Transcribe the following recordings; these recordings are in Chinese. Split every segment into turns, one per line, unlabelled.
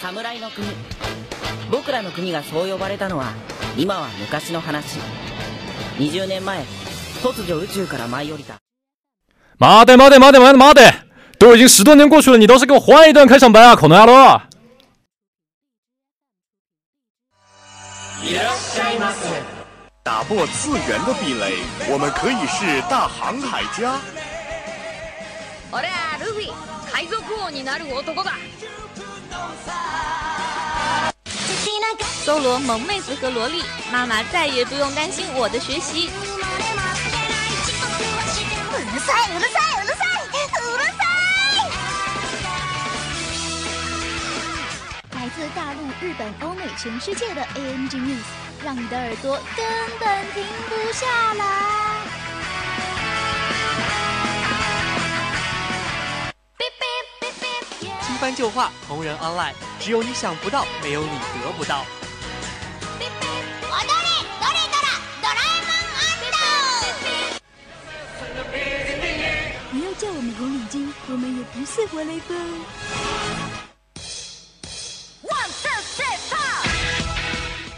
侍の国僕らの国がそう呼ばれたのは今は昔の話20年前突如宇宙から舞い降りた
妈的妈的妈的妈的妈的！都已经十多年过去了，你倒是给我换一段开场白啊，口南亚罗！
打破次元的壁垒，我们可以是大航海家。
俺はルフィ海賊王になる男だ搜罗萌妹子和萝莉，妈妈再也不用担心我的学习。
うるさいうるさいうるさいうるさい！来自大陆、日本、欧美，全世界的 ANG News，让你的耳朵根本停不下来。
新番旧话，同人 online，只有你想不到，没有你得不到。
踊れドレドラドラえもん不要叫我们红领巾，我们也不是活雷锋。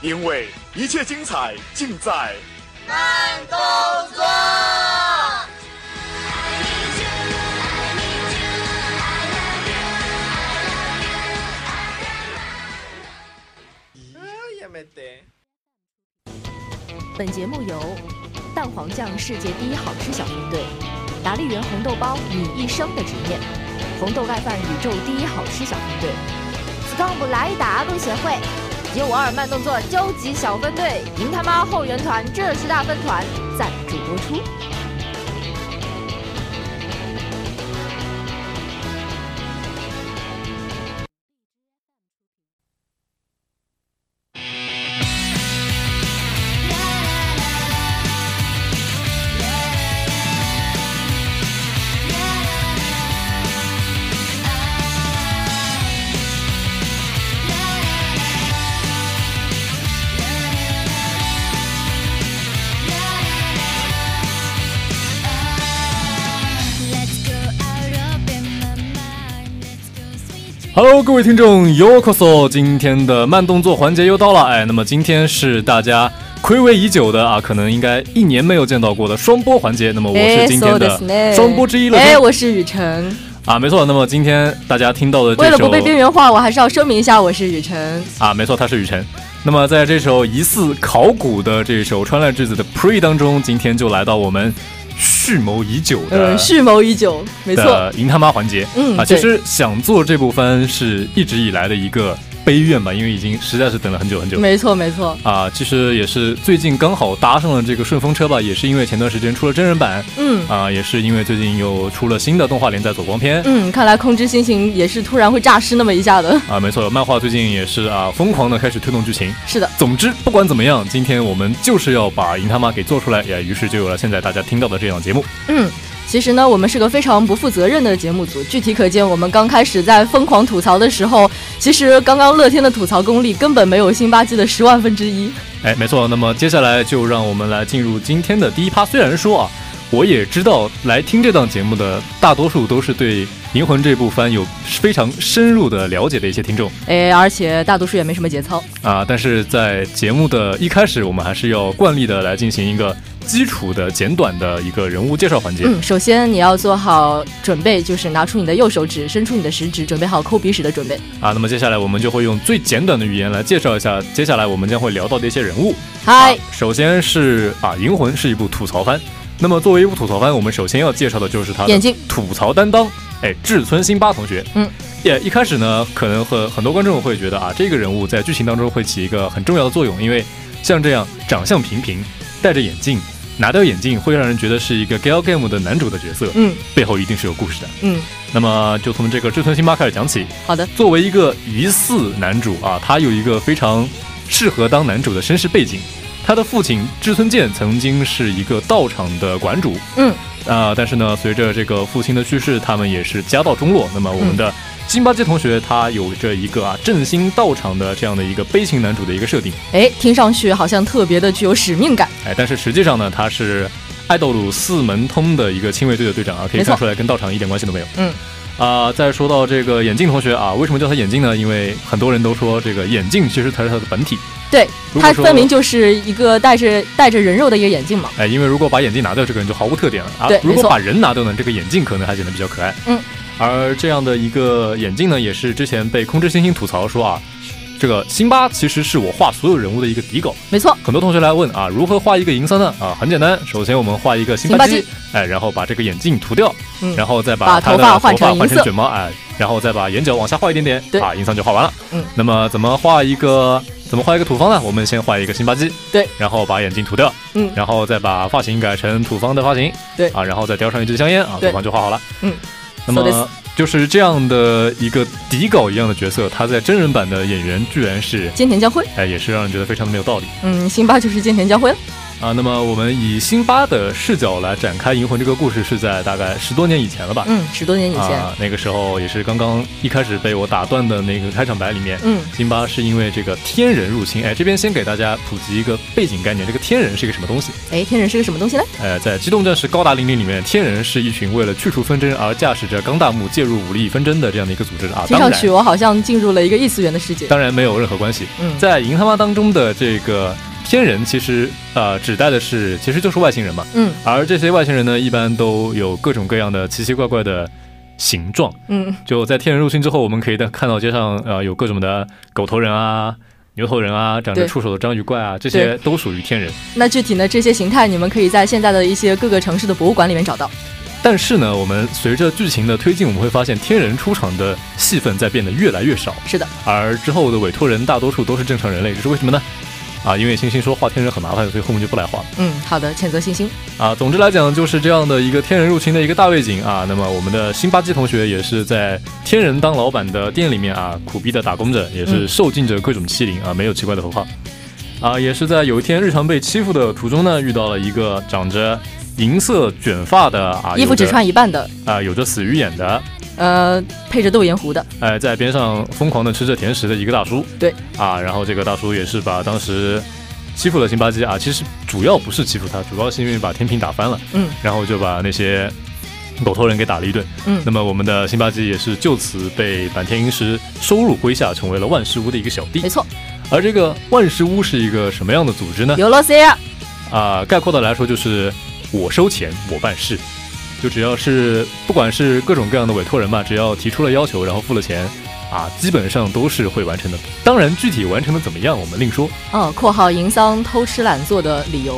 因为一切精彩尽在。
本节目由蛋黄酱世界第一好吃小面队、达利园红豆包你一生的执念、红豆盖饭宇宙第一好吃小面队、s c o m b 来打工协会、九五二慢动作究极小分队、赢他妈后援团这是大分团赞助播出。
Hello，各位听众 y o k o s o 今天的慢动作环节又到了，哎，那么今天是大家暌违已久的啊，可能应该一年没有见到过的双播环节。那么我是今天的双播之一了、
哎哎，我是雨辰。
啊，没错。那么今天大家听到的
为
这
了
首
不被边缘化，我还是要声明一下，我是雨辰。
啊，没错，他是雨辰。那么在这首疑似考古的这首川濑智子的 Pre 当中，今天就来到我们蓄谋已久的、
嗯，蓄谋已久，没错。
的赢他妈环节。
嗯
啊，其
对
实想做这部番是一直以来的一个悲愿吧，因为已经实在是等了很久很久。
没错，没错，
啊，其实也是最近刚好搭上了这个顺风车吧，也是因为前段时间出了真人版，
嗯
啊，也是因为最近又出了新的动画连载走光片，
嗯，看来控制心情也是突然会诈尸那么一下的。
啊，没错，漫画最近也是啊疯狂的开始推动剧情。
是的，
总之，不管怎么样，今天我们就是要把银他妈给做出来，也于是就有了现在大家听到的这档节目。
嗯，其实呢，我们是个非常不负责任的节目组。具体可见，我们刚开始在疯狂吐槽的时候，其实刚刚乐天的吐槽功力根本没有辛巴基的十万分之一。
哎，没错，那么接下来就让我们来进入今天的第一趴。虽然说啊，我也知道来听这档节目的大多数都是对《银魂》这部番有非常深入的了解的一些听众
哎，而且大多数也没什么节操。
啊，但是在节目的一开始，我们还是要惯例的来进行一个基础的简短的一个人物介绍环节。
嗯，首先你要做好准备，就是拿出你的右手指，伸出你的食指，准备好抠鼻屎的准备。
啊，那么接下来我们就会用最简短的语言来介绍一下接下来我们将会聊到的一些人物。
嗨、
啊首先是啊，《银魂》是一部吐槽番。那么作为一部吐槽番，我们首先要介绍的就是他
眼
的
睛
吐槽担当，哎，志村新八同学。
嗯，
也一开始呢，可能和很多观众会觉得啊，这个人物在剧情当中会起一个很重要的作用，因为像这样长相平平，戴着眼镜，拿掉眼镜，会让人觉得是一个 gal game 的男主的角色，
嗯
背后一定是有故事的。
嗯，
那么就从这个志村新八开始讲起。
好的，
作为一个疑似男主啊，他有一个非常适合当男主的身世背景。他的父亲志村健曾经是一个道场的馆主，
嗯，
啊、但是呢，随着这个父亲的去世，他们也是家道中落。那么我们
嗯
的金巴基同学，他有着一个啊振兴道场的这样的一个悲情男主的一个设定，
哎，听上去好像特别的具有使命感。
哎，但是实际上呢，他是爱豆鲁四门通的一个亲卫队的队长啊，可以
没错
看出来跟道场一点关系都没有。
嗯，
啊、再说到这个眼镜同学啊，为什么叫他眼镜呢？因为很多人都说这个眼镜其实才是他的本体。
对
如
他
果说
分明就是一个戴着戴着人肉的一个眼镜嘛。
哎，因为如果把眼镜拿掉，这个人就毫无特点了啊
对。
如
没
果
错
把人拿掉呢，这个眼镜可能还显得比较可爱。
嗯。
而这样的一个眼镜呢，也是之前被空之星星吐槽说啊，这个辛巴其实是我画所有人物的一个底稿。
没错，
很多同学来问啊，如何画一个银色呢？啊，很简单，首先我们画一个辛巴
辛
基
巴，
哎，然后把这个眼镜涂掉，
嗯
然后再把
把
他
头
的
发
头发
换成银
换成
色
卷毛，哎，然后再把眼角往下画一点点，
对
啊，银色就画完了。
嗯，
那么怎么画一个？怎么画一个土方呢？我们先画一个辛巴基，
对，
然后把眼镜涂掉，
嗯
然后再把发型改成土方的发型，
对
啊，然后再叼上一支香烟啊，
对
土方就画好了。
嗯，
那
So this-
么就是这样的一个底稿一样的角色，他在真人版的演员居然是，
菅田将晖，
哎，也是让人觉得非常的没有道理。
嗯，辛巴就是菅田将晖了。
啊，那么我们以辛巴的视角来展开《银魂》这个故事，是在大概十多年以前了吧？
嗯，十多年以前，
啊，那个时候也是刚刚一开始被我打断的那个开场白里面，
嗯
辛巴是因为这个天人入侵。哎，这边先给大家普及一个背景概念，这个天人是一个什么东西？
哎，天人是个什么东西呢？
呃，在《机动战士高达零零》里面，天人是一群为了去除纷争而驾驶着钢弹幕介入武力纷争的这样的一个组织啊。
听
当
上
然
去，我好像进入了一个异次元的世界。
当然没有任何关系。
嗯
在《银他妈》当中的这个天人，其实呃指代的是其实就是外星人嘛。
嗯
而这些外星人呢，一般都有各种各样的奇奇怪怪的形状。
嗯，
就在天人入侵之后，我们可以在看到街上，呃，有各种的狗头人啊、牛头人啊，长着
对嗯
触手的章鱼怪啊，这些都属于天人。
那具体呢，这些形态你们可以在现在的一些各个城市的博物馆里面找到。
但是呢，我们随着剧情的推进，我们会发现天人出场的戏份在变得越来越少，
是的，
而之后的委托人大多数都是正常人类，这是为什么呢？啊，因为星星说画天人很麻烦，所以后面就不来画了。
嗯，好的，谴责星星。
啊，总之来讲就是这样的一个天人入侵的一个大背景啊。那么我们的辛巴基同学也是在天人当老板的店里面啊，苦逼的打工着，也是
嗯
受尽着各种欺凌啊，没有奇怪的头发。啊，也是在有一天日常被欺负的途中呢，遇到了一个长着银色卷发的啊，
衣服只穿一半的，
啊、有着死鱼眼的，
呃，配着豆盐糊的，
呃，在边上疯狂的吃着甜食的一个大叔。
对，
啊，然后这个大叔也是把当时欺负了辛巴基啊，其实主要不是欺负他，主要是因为把天平打翻了，
嗯，
然后就把那些狗头人给打了一顿。
嗯
那么我们的辛巴基也是就此被坂田银时收入麾下，成为了万事屋的一个小弟
没。错，
而这个万事屋是一个什么样的组织呢？
有罗斯呀，
啊、概括的来说就是我收钱，我办事。就只要是不管是各种各样的委托人吧，只要提出了要求，然后付了钱，啊，基本上都是会完成的。当然，具体完成的怎么样，我们另说
嗯，括号银桑偷吃懒做的理由，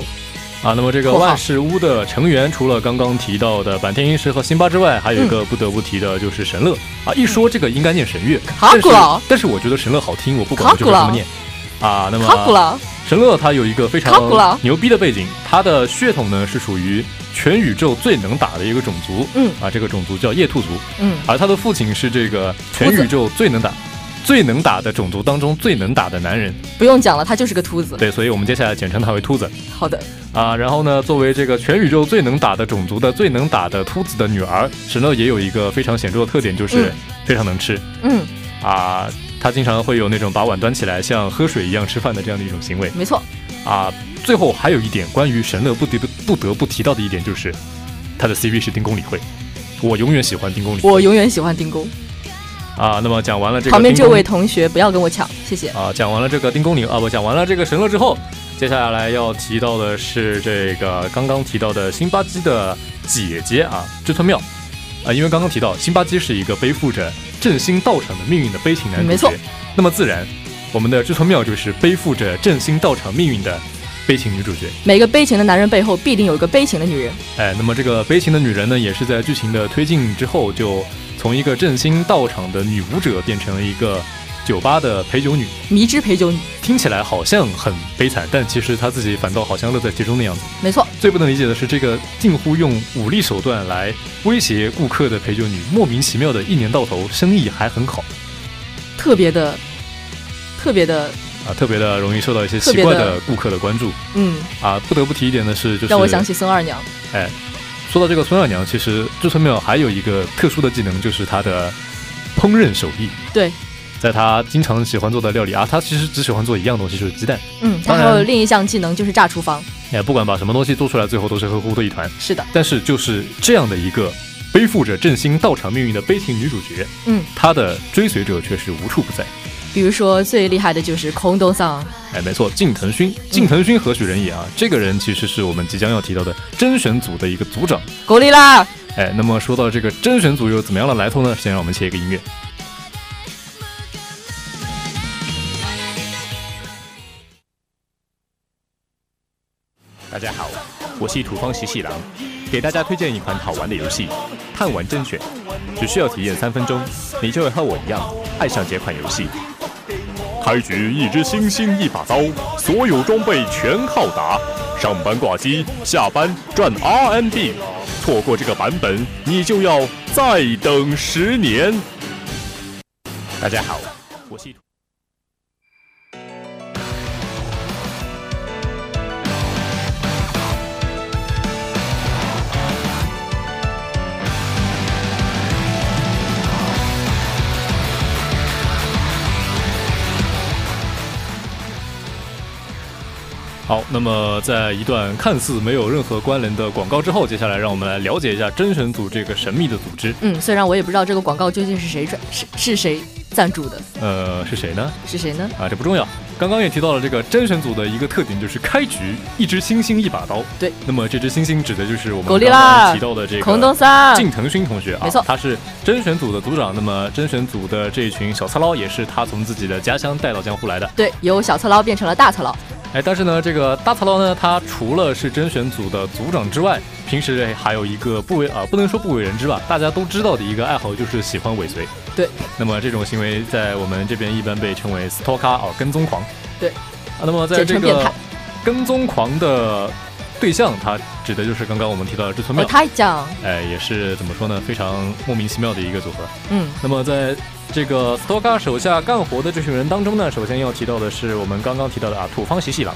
啊。那么这个
括号
万事屋的成员，除了刚刚提到的坂田银时和辛巴之外，还有
嗯
一个不得不提的就是神乐、啊。一说这个应该念神乐，
卡
但是
古老
但是我觉得神乐好听，我不管我就会这么念啊。那么
靠谱了，
神乐他有一个非常
靠谱了
牛逼的背景，他的血统呢是属于全宇宙最能打的一个种族，
嗯
啊，这个种族叫夜兔族，
嗯，
而他的父亲是这个全宇宙最能打、最能打的种族当中最能打的男人，
不用讲了，他就是个秃子。
对，所以我们接下来简称他为秃子
好的，
啊。然后呢，作为这个全宇宙最能打的种族的最能打的秃子的女儿，神乐也有一个非常显著的特点，就是
嗯
非常能吃、
嗯，
啊。他经常会有那种把碗端起来像喝水一样吃饭的这样的一种行为。
没错，
啊，最后还有一点关于神乐不得不得不提到的一点就是，他的 CV 是丁公理会，我永远喜欢丁公理
我
会
永远喜欢丁工。
啊。那么讲完了这个
旁边
丁
这
公
位同学不要跟我抢，谢谢。
啊，讲完了这个丁公理啊，不讲完了这个神乐之后，接下来要提到的是这个刚刚提到的辛巴基的姐姐啊，志村妙啊，因为刚刚提到辛巴基是一个背负着振兴道场的命运的悲情男主
没
角
错，
那么自然，我们的志村妙就是背负着振兴道场命运的悲情女主角。
每个悲情的男人背后必定有一个悲情的女人，
哎，那么这个悲情的女人呢，也是在剧情的推进之后，就从一个振兴道场的女舞者变成了一个酒吧的陪酒女。
迷之陪酒女，
听起来好像很悲惨，但其实她自己反倒好像乐在其中的样子。
没错，
最不能理解的是，这个近乎用武力手段来威胁顾客的陪酒女，莫名其妙的一年到头生意还很好
特别的，特别的，
啊，特别的容易受到一些
特
奇
别
怪
的
的顾客的关注
嗯，
啊。不得不提一点的是，就是
让我想起孙二娘，
说到这个孙二娘，其实志村妙还有一个特殊的技能，就是她的烹饪手艺。
对，
在她经常喜欢做的料理啊，她其实只喜欢做一样东西，就是鸡蛋。
嗯，她
当
还
然
有另一项技能就是炸厨房，
哎，不管把什么东西做出来，最后都是黑乎乎的一团。
是的，
但是就是这样的一个背负着振兴道场命运的悲情女主角，
嗯，
她的追随者却是无处不在。
比如说最厉害的就是空洞桑，
哎，没错，近藤勋，近藤勋何许人也啊？这个人其实是我们即将要提到的甄选组的一个组长。
狗力啦！
哎，那么说到这个甄选组有怎么样的来头呢？先让我们切一个音乐。
大家好，我是土方喜喜郎，给大家推荐一款好玩的游戏——探玩甄选，只需要体验三分钟，你就会和我一样爱上这款游戏。
开局一只星星一把刀，所有装备全靠打。上班挂机，下班赚 RMB。错过这个版本，你就要再等十年。
大家好，我是。
好，那么在一段看似没有任何关联的广告之后，接下来让我们来了解一下甄选组这个神秘的组织。
嗯，虽然我也不知道这个广告究竟是谁赚，是是谁赞助的，
呃，是谁呢？
是谁呢？
啊，这不重要。刚刚也提到了这个甄选组的一个特点，就是开局一只星星一把刀。
对，
那么这只星星指的就是我们
狗力
刚刚
啦
提到的这
空洞
个
桑，
近藤勋同学啊，
没错
他是甄选组的组长。那么甄选组的这一群小苍捞也是他从自己的家乡带到江湖来的。
对，由小侧捞变成了大侧捞。
哎，但是呢，这个大曹劳呢，他除了是甄选组的组长之外，平时哎还有一个不为啊、不能说不为人知吧，大家都知道的一个爱好就是喜欢尾随。
对，
那么这种行为在我们这边一般被称为 stalker 哦，跟踪狂。
对
啊，那么在
简
这
称变
个
态
跟踪狂的对象，他指的就是刚刚我们提到的志村
我
妙，
太讲，
哎，也是怎么说呢，非常莫名其妙的一个组合。
嗯，
那么在这个 Stoka 手下干活的这群人当中呢，首先要提到的是我们刚刚提到的啊，土方喜喜郎。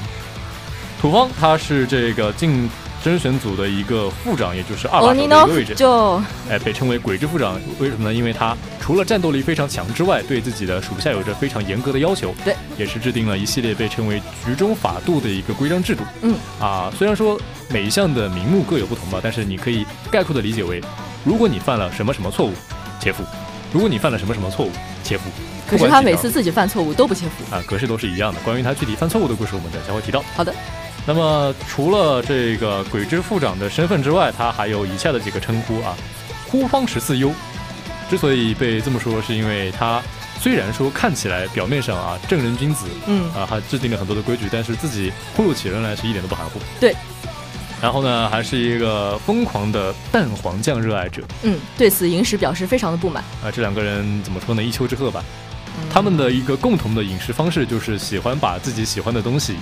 土方他是这个竞甄选组的一个副长，也就是二把手的一个位置，
就
哎，被称为鬼之副长。为什么呢？因为他除了战斗力非常强之外，对自己的属下有着非常严格的要求。
对，
也是制定了一系列被称为“局中法度”的一个规章制度。
嗯，
啊，虽然说每一项的名目各有不同吧，但是你可以概括的理解为：如果你犯了什么什么错误，切腹；如果你犯了什么什么错误，切腹。
可
不
是
管
他
几
每
条
次自己犯错误都不切腹。
啊，格式都是一样的。关于他具体犯错误的故事，我们等一下会提到。
好的。
那么除了这个鬼之副长的身份之外，他还有以下的几个称呼啊：呼方十四优。之所以被这么说，是因为他虽然说看起来表面上啊正人君子
嗯，
啊，他制定了很多的规矩，但是自己忽悠起人来是一点都不含糊。
对。
然后呢，还是一个疯狂的蛋黄酱热爱者
嗯，对此银石表示非常的不满。嗯
啊，这两个人怎么说呢？一丘之貉吧。他们的一个共同的饮食方式就是喜欢把自己喜欢的东西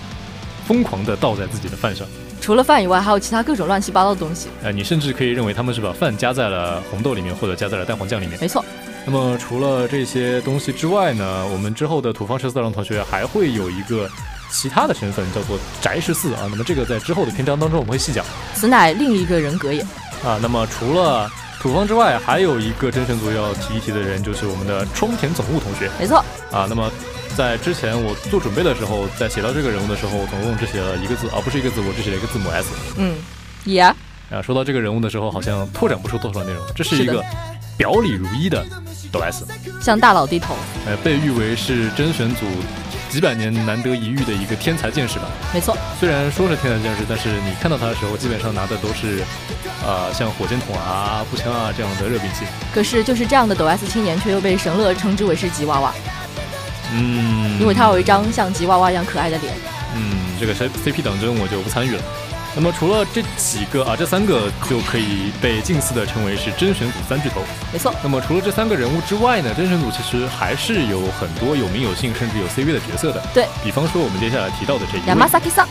疯狂的倒在自己的饭上。
除了饭以外，还有其他各种乱七八糟的东西。
呃，你甚至可以认为他们是把饭加在了红豆里面，或者加在了蛋黄酱里面。
没错，
那么除了这些东西之外呢，我们之后的土方十四郎同学还会有一个其他的身份，叫做宅十四啊。那么这个在之后的篇章当中我们会细讲
此乃另一个人格也。
啊。那么除了土方之外，还有一个甄选组要提一提的人，就是我们的冲田总务同学。
没错，
啊，那么在之前我做准备的时候，在写到这个人物的时候，我总共只写了一个字，啊，不是一个字，我只写了一个字母 S。
嗯，也、
啊，说到这个人物的时候，好像拓展不出多少内容，这是一
是的
个表里如一的抖 S，
向大佬低头。
呃，被誉为是甄选组几百年难得一遇的一个天才剑士吧。
没错，
虽然说是天才剑士，但是你看到他的时候，基本上拿的都是，呃，像火箭筒啊、步枪啊这样的热兵器。
可是就是这样的抖 S 青年，却又被神乐称之为是吉娃娃，
嗯，
因为他有一张像吉娃娃一样可爱的脸。
嗯，这个 C CP 党争我就不参与了。那么除了这几个啊，这三个就可以被近似的称为是甄选组三巨头。
没错，
那么除了这三个人物之外呢，甄选组其实还是有很多有名有姓甚至有 CV 的角色的。
对，
比方说我们接下来提到的这一位
亚麻萨克桑。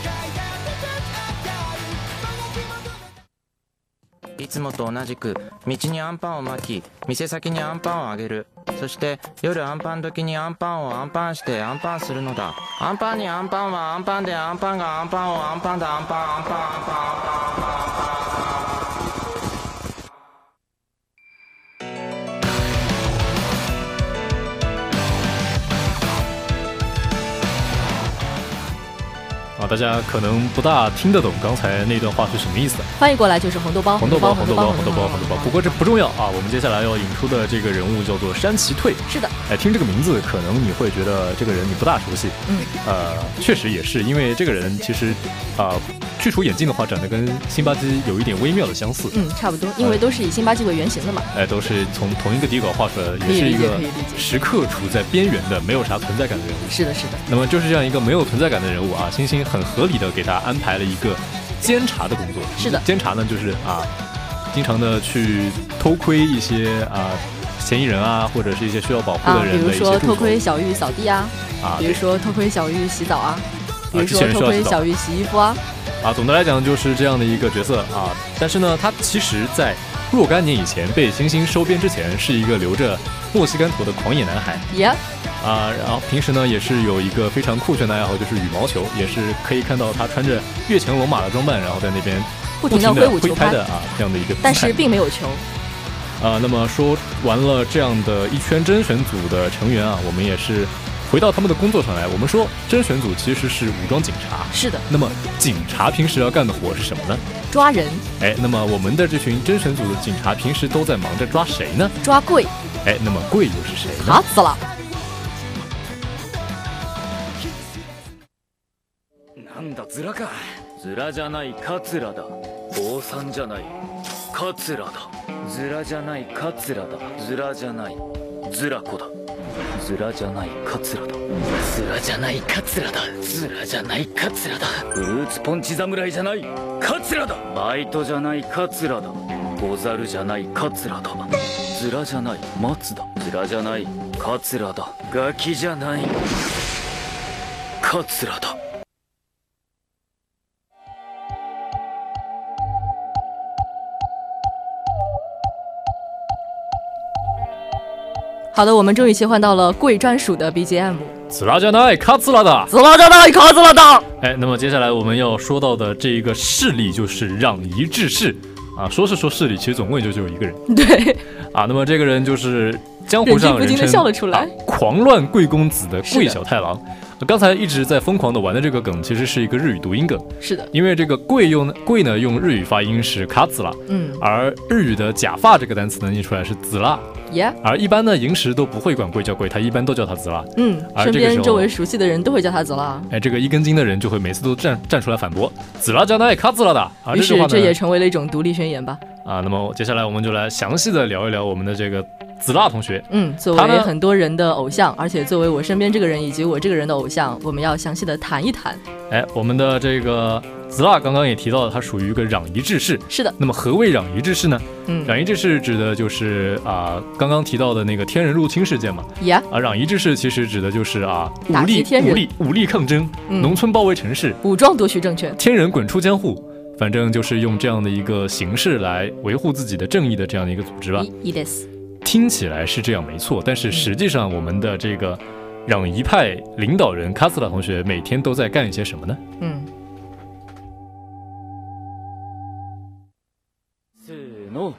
いつもと同じく道にアンパンを巻き店先にアンパンをあげるそして夜アンパン時にアンパンをアンパンしてアンパンするのだアンパンにアンパンはアンパンでアンパンがアンパンをアンパンだアンパンアンパンアンパンアンパン
啊，大家可能不大听得懂刚才那段话是什么意思。
翻译过来就是红豆包，
红
豆
包，
红
豆
包，
红豆包，红豆包。不过这不重要啊，我们接下来要引出的这个人物叫做山崎退。
是的，
哎，听这个名字，可能你会觉得这个人你不大熟悉。
嗯，
呃，确实也是，因为这个人其实啊、呃，去除眼镜的话，长得跟辛巴基有一点微妙的相似。
嗯，差不多，因为都是以辛巴基为原型的嘛。
哎，都是从同一个底稿画出来的，也是一个时刻处在边缘的、没有啥存在感的人物。
是的，是的。
那么就是这样一个没有存在感的人物啊，星星很合理的给他安排了一个监察的工作。
是的，
监察呢就是啊，经常的去偷窥一些啊嫌疑人啊，或者是一些需要保护的人
啊，比
的
如
一些
说偷
住所
窥小玉扫地啊，
啊
比如说偷窥小玉洗澡啊，比如
这
说
些人
偷
需要
窥
洗澡
小玉洗衣服啊。
啊，总的来讲就是这样的一个角色啊。但是呢，他其实在若干年以前被星星收编之前，是一个留着莫西干头的狂野男孩。
耶，
啊，然后平时呢也是有一个非常酷炫的爱好，就是羽毛球，也是可以看到他穿着跃前龙马的装扮，然后在那边
不停
停
地
地
挥舞球
拍
拍
的啊这样的一个姿态。
但是并没有球。
啊，那么说完了这样的一圈甄选组的成员啊，我们也是回到他们的工作上来。我们说甄选组其实是武装警察，
是的。
那么警察平时要干的活是什么呢？
抓人、
哎，那么我们的这群甄选组的警察平时都在忙着抓谁呢？
抓贵，
哎，那么贵又是谁呢？
卡死了。
なんだズラかズラじゃないカツラだ坊さんじゃないカツラだズラじゃないカツラだズラじゃないズラ子だズラじゃないカツラだズラじゃないカツラだズラじゃないカツラだフルーツポンチ侍じゃないカツラだバイトじゃないカツラだござるじゃないカツラだズラじゃない松だズラじゃないカツラだガキじゃないカツラだ
好的，我们终于切换到了贵专属的 BGM。
紫拉加奈卡兹拉的，
死了，找到一卡死了的。
哎，那么接下来我们要说到的这一个事例就是攘夷治世啊，说是说事例，其实总共也就只有一个人
对，
啊。那么这个人就是江湖
忍俊
上
不
人
禁
称啊
的笑了出来。
狂乱贵公子的
是的
贵小太郎。刚才一直在疯狂的玩的这个梗，其实是一个日语读音梗，
是的，
因为这个贵用贵呢用日语发音是卡兹拉，
嗯，
而日语的假发这个单词呢念出来是紫拉，
耶，
而啊一般呢银石都不会管贵叫贵，他一般都叫他紫拉。
嗯，
而啊
身
这个时
边
候
周围熟悉的人都会叫他紫拉。
哎，这个一根筋的人就会每次都站站出来反驳，紫拉加奈卡紫拉的啊，
于
这句
是
话呢
这也成为了一种独立宣言吧。
啊，那么接下来我们就来详细的聊一聊我们的这个紫拉同学。
嗯，作
他
为
呢
很多人的偶像，而且作为我身边这个人以及我这个人的偶像，我们要详细的谈一谈。
哎，我们的这个紫拉刚刚也提到了，它属于一个攘夷志士。
是的。
那么何谓攘夷志士呢？
嗯
攘夷志士指的就是啊、刚刚提到的那个天人入侵事件嘛。
呀，
啊，攘夷志士其实指的就是啊，
打
武
击
力
天人
武力武力抗争，
嗯
农村包围城市，
武装夺取政权。
天人滚出江户，反正就是用这样的一个形式来维护自己的正义的这样的一个组织吧。
伊德斯，
听起来是这样没错，但是实际上我们的这个攘夷派领导人卡斯拉同学每天都在干一些什么呢？
嗯，
せーの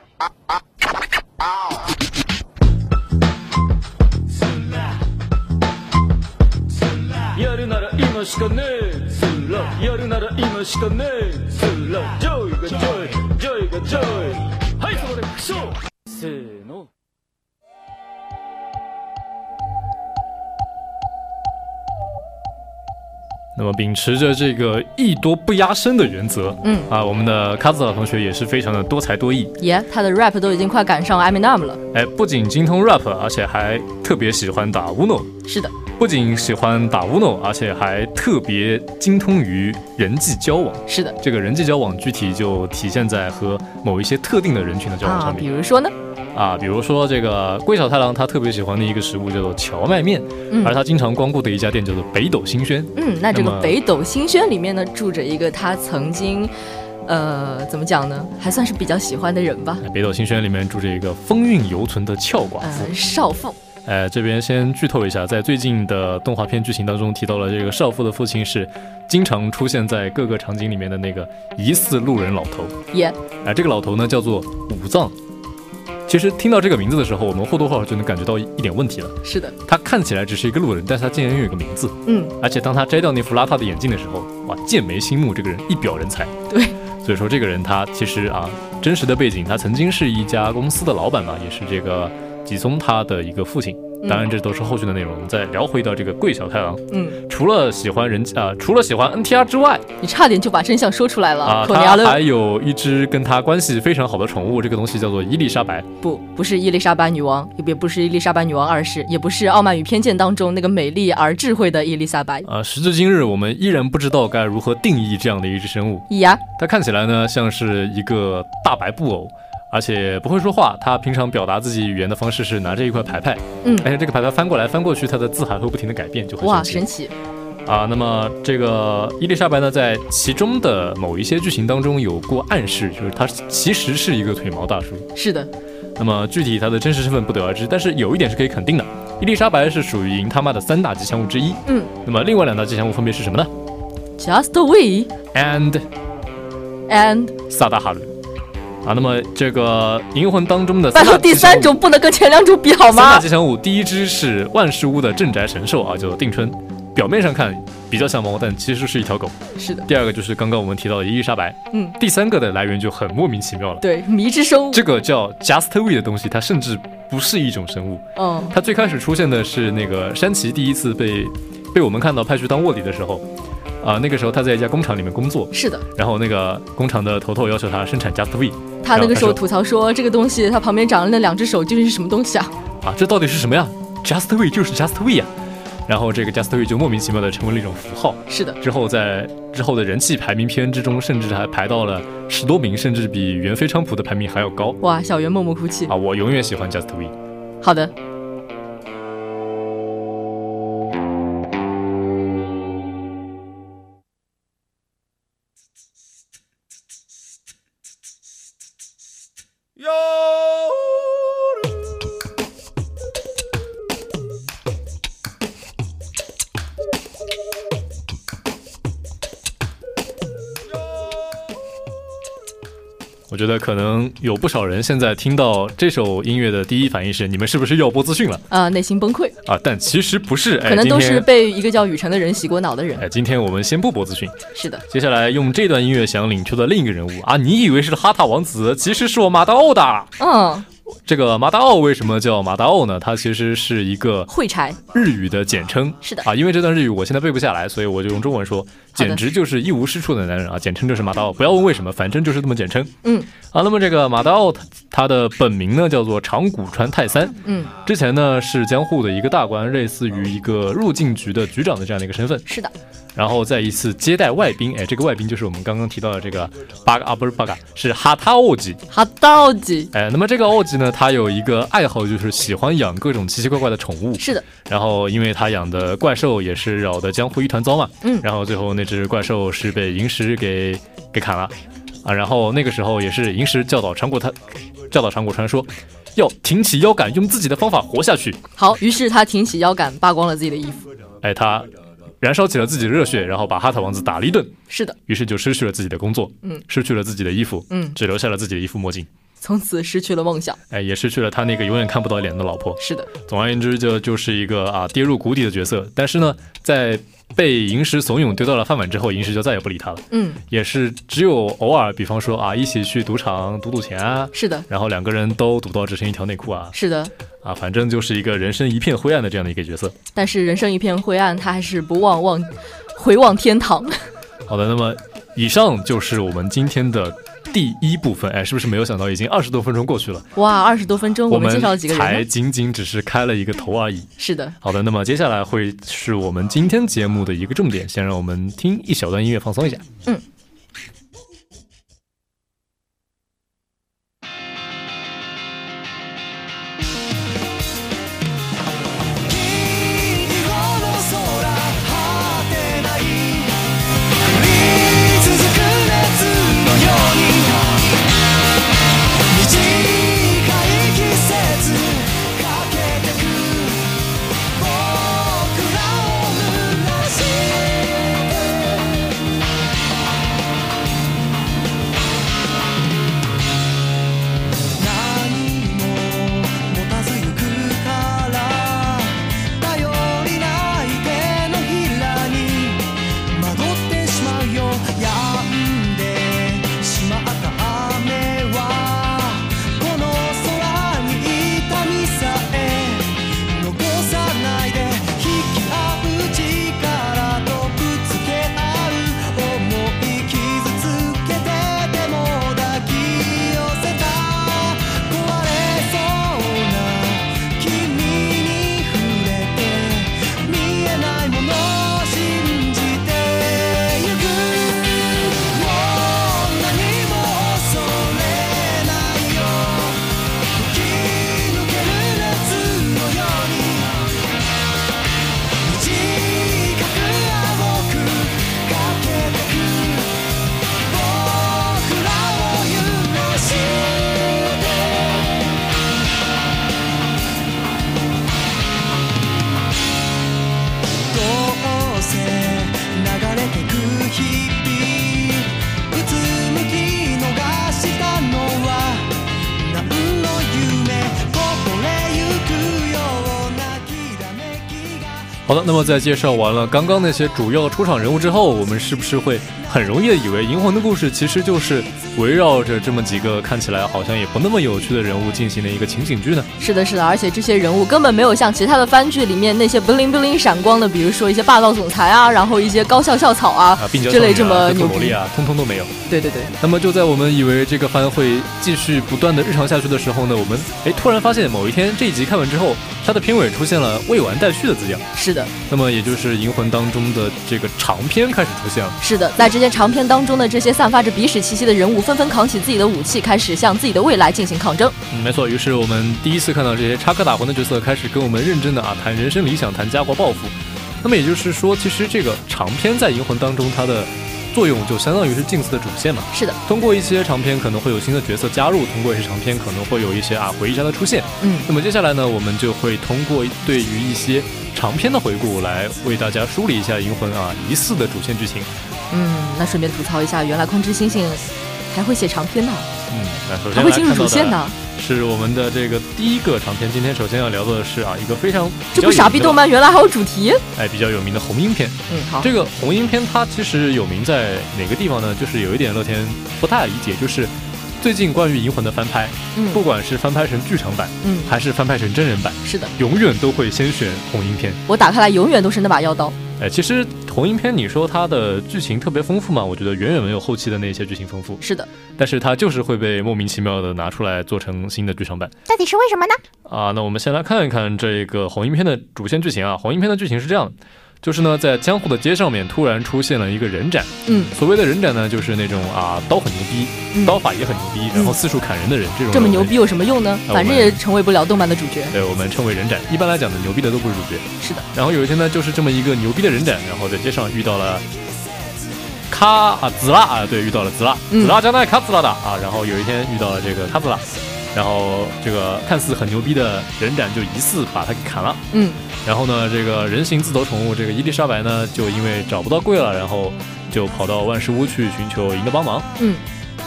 やるなら今しかねえスラやるなら今しかねえスラジョイがジョイジョイがジョイはいそこでクショせーの
那么秉持着这个艺多不压身的原则，
嗯
啊，我们的卡斯拉同学也是非常的多才多艺，
耶，他的 rap 都已经快赶上 Eminem 了。
哎，不仅精通 rap，而且还特别喜欢打 uno，
是的，
不仅喜欢打 uno，而且还特别精通于人际交往。
是的，
这个人际交往具体就体现在和某一些特定的人群的交往
啊，
上
比
面。
如说呢，
啊，比如说这个龟小太郎，他特别喜欢的一个食物叫做荞麦面，
嗯
而他经常光顾的一家店叫做北斗新轩。
嗯，那这
么
个北斗星轩里面呢，住着一个他曾经，呃，怎么讲呢，还算是比较喜欢的人吧，
哎北斗新轩里面住着一个风韵犹存的俏寡妇。
呃，少妇。
呃，这边先剧透一下，在最近的动画片剧情当中提到了这个少妇的父亲是经常出现在各个场景里面的那个疑似路人老头。
耶，
啊、这个老头呢叫做武藏。其实听到这个名字的时候，我们或多或少就能感觉到一点问题了。
是的，
他看起来只是一个路人，但是他竟然拥有一个名字。
嗯，
而且当他摘掉那副邋遢的眼镜的时候，哇，剑眉星目这个人一表人才。
对，
所以说这个人他其实啊，真实的背景，他曾经是一家公司的老板嘛，也是这个吉松他的一个父亲。当然，这都是后续的内容。我们再聊回到这个桂小太郎。
嗯，
除了喜欢人啊、呃，除了喜欢 NTR 之外，
你差点就把真相说出来了
啊！他还有一只跟他关系非常好的宠物，这个东西叫做伊丽莎白。
不，不是伊丽莎白女王，也不是伊丽莎白女王二世，也不是《傲慢与偏见》当中那个美丽而智慧的伊丽莎白。
啊，时至今日，我们依然不知道该如何定义这样的一只生物。
呀，
它看起来呢，像是一个大白布偶。而且不会说话，他平常表达自己语言的方式是拿着一块牌牌，
嗯，
而且这个牌牌翻过来翻过去，它的字还会不停的改变，就很
哇神奇
啊。那么这个伊丽莎白呢，在其中的某一些剧情当中有过暗示，就是她其实是一个腿毛大叔。
是的。
那么具体她的真实身份不得而知，但是有一点是可以肯定的，伊丽莎白是属于银他妈的三大吉祥物之一。
嗯。
那么另外两大吉祥物分别是什么呢
？Just We
and
and
萨达哈鲁。啊，那么这个《银魂》当中的
拜托第三种不能跟前两种比好吗？
三大吉祥物，第一只是万事屋的镇宅神兽啊，叫做定春，表面上看比较像猫，但其实是一条狗。
是的。
第二个就是刚刚我们提到的伊丽莎白，
嗯。
第三个的来源就很莫名其妙了。
对，迷之生物。
这个叫 Justwe 的东西，它甚至不是一种生物。
嗯。
它最开始出现的是那个山崎第一次被被我们看到派去当卧底的时候。啊、呃，那个时候他在一家工厂里面工作，
是的。
然后那个工厂的头头要求他生产 Just V，
他那个时候吐槽说，这个东西它旁边长了那两只手究竟是什么东西啊？
啊，这到底是什么呀？Just V 就是 Just V 呀、啊。然后这个 Just V 就莫名其妙的成为了一种符号，
是的。
之后在之后的人气排名片之中，甚至还排到了十多名，甚至比猿飞昌普的排名还要高。
哇，小猿默默哭泣
啊！我永远喜欢 Just V。
好的。
我觉得可能有不少人现在听到这首音乐的第一反应是：你们是不是要播资讯了？
啊、呃，内心崩溃
啊！但其实不是，哎、
可能都是被一个叫雨辰的人洗过脑的人。
哎，今天我们先不播资讯。
是的。
接下来用这段音乐想领出的另一个人物啊，你以为是哈塔王子，其实是我马达奥的。
嗯。
这个马达奥为什么叫马达奥呢？它其实是一个
会柴
日语的简称。
是的
啊，因为这段日语我现在背不下来，所以我就用中文说，简直就是一无是处的男人啊！简称就是马达奥，不要问为什么，反正就是这么简称。
嗯
啊，那么这个马达奥他的本名呢叫做长谷川泰三。
嗯，
之前呢是江户的一个大官，类似于一个入境局的局长的这样的一个身份。
是的。
然后在一次接待外宾，哎，这个外宾就是我们刚刚提到的这个八嘎啊，不是八嘎，是哈塔奥吉。
哈塔奥吉。
哎，那么这个奥吉。呢，他有一个爱好，就是喜欢养各种奇奇怪怪的宠物。
是的。
然后，因为他养的怪兽也是扰得江湖一团糟嘛。
嗯。
然后最后那只怪兽是被银石给给砍了啊。然后那个时候也是银石教导长谷他教导长谷川说，要挺起腰杆，用自己的方法活下去。
好，于是他挺起腰杆，扒光了自己的衣服。
哎，他燃烧起了自己的热血，然后把哈塔王子打了一顿。
是的。
于是就失去了自己的工作，
嗯，
失去了自己的衣服，
嗯，
只留下了自己的一副墨镜。
从此失去了梦想，
哎，也失去了他那个永远看不到脸的老婆。
是的，
总而言之，就就是一个啊跌入谷底的角色。但是呢，在被银石怂恿丢到了饭碗之后，银石就再也不理他了。
嗯，
也是只有偶尔，比方说啊，一起去赌场赌赌钱啊。
是的，
然后两个人都赌到只剩一条内裤啊。
是的，
啊， 反正就是一个人生一片灰暗的这样的一个角色。
但是人生一片灰暗，他还是不忘望回望天堂。
好的，那么以上就是我们今天的。第一部分，哎，是不是没有想到已经二十多分钟过去了？
哇，二十多分钟，嗯我们介绍几个人，
才仅仅只是开了一个头啊而已。
是的，
好的，那么接下来会是我们今天节目的一个重点，先让我们听一小段音乐放松一下。
嗯。
好的，那么在介绍完了刚刚那些主要出场人物之后，我们是不是会很容易的以为《银魂》的故事其实就是围绕着这么几个看起来好像也不那么有趣的人物进行的一个情景剧呢？
是的，是的，而且这些人物根本没有像其他的番剧里面那些不灵不灵闪光的，比如说一些霸道总裁啊，然后一些高校校草啊、
啊、这
类这么牛
逼啊，通通都没有。
对对对。
那么就在我们以为这个番会继续不断的日常下去的时候呢，我们哎突然发现某一天这一集看完之后，它的片尾出现了未完待续的字样。
是。是的，
那么也就是《银魂》当中的这个长篇开始出现了。
是的，在这些长篇当中的这些散发着鼻屎气息的人物，纷纷扛起自己的武器，开始向自己的未来进行抗争。
嗯，没错。于是我们第一次看到这些插科打诨的角色开始跟我们认真的啊谈人生理想，谈家国抱负。那么也就是说，其实这个长篇在《银魂》当中它的。作用就相当于是近似的主线嘛。
是的，
通过一些长篇可能会有新的角色加入，通过一些长篇可能会有一些啊回忆杀的出现。
嗯，
那么接下来呢，我们就会通过对于一些长篇的回顾来为大家梳理一下《银魂》啊疑似的主线剧情。
嗯，那顺便吐槽一下，原来空之星星还会写长篇呢。
嗯，那首先
还会进入主线
呢。是我们的这个第一个长篇，今天首先要聊的是啊，一个非常
这部傻逼动漫原来还有主题，
哎，比较有名的红樱篇。
嗯，好，
这个红樱篇它其实有名在哪个地方呢？就是有一点乐天不太理解，就是最近关于银魂的翻拍，
嗯，
不管是翻拍成剧场版，
嗯，
还是翻拍成真人版，
是的，嗯
永远都会先选红樱篇。
我打开来永远都是那把妖刀。
哎，其实红樱篇，你说它的剧情特别丰富嘛？我觉得远远没有后期的那些剧情丰富。
是的，
但是它就是会被莫名其妙的拿出来做成新的剧场版，
到底是为什么呢？
啊，那我们先来看一看这个红樱篇的主线剧情啊。红樱篇的剧情是这样的，就是呢，在江户的街上面突然出现了一个人斩。
嗯，
所谓的人斩呢，就是那种啊，刀很牛逼，
嗯、
刀法也很牛逼，然后四处砍人的人。这种
这么牛逼有什么用呢？反正也成为不了动漫的主角。
嗯对我们称为人斩。一般来讲呢，牛逼的都不是主角。
是的。
然后有一天呢，就是这么一个牛逼的人斩，然后在街上遇到了卡啊兹拉啊，对，遇到了兹拉，
嗯
兹拉加奈卡兹拉的啊。然后有一天遇到了这个卡兹拉，然后这个看似很牛逼的人斩就疑似把他给砍了。
嗯。
然后呢，这个人形自走宠物这个伊丽莎白呢，就因为找不到贵了，然后就跑到万事屋去寻求银的帮忙。
嗯。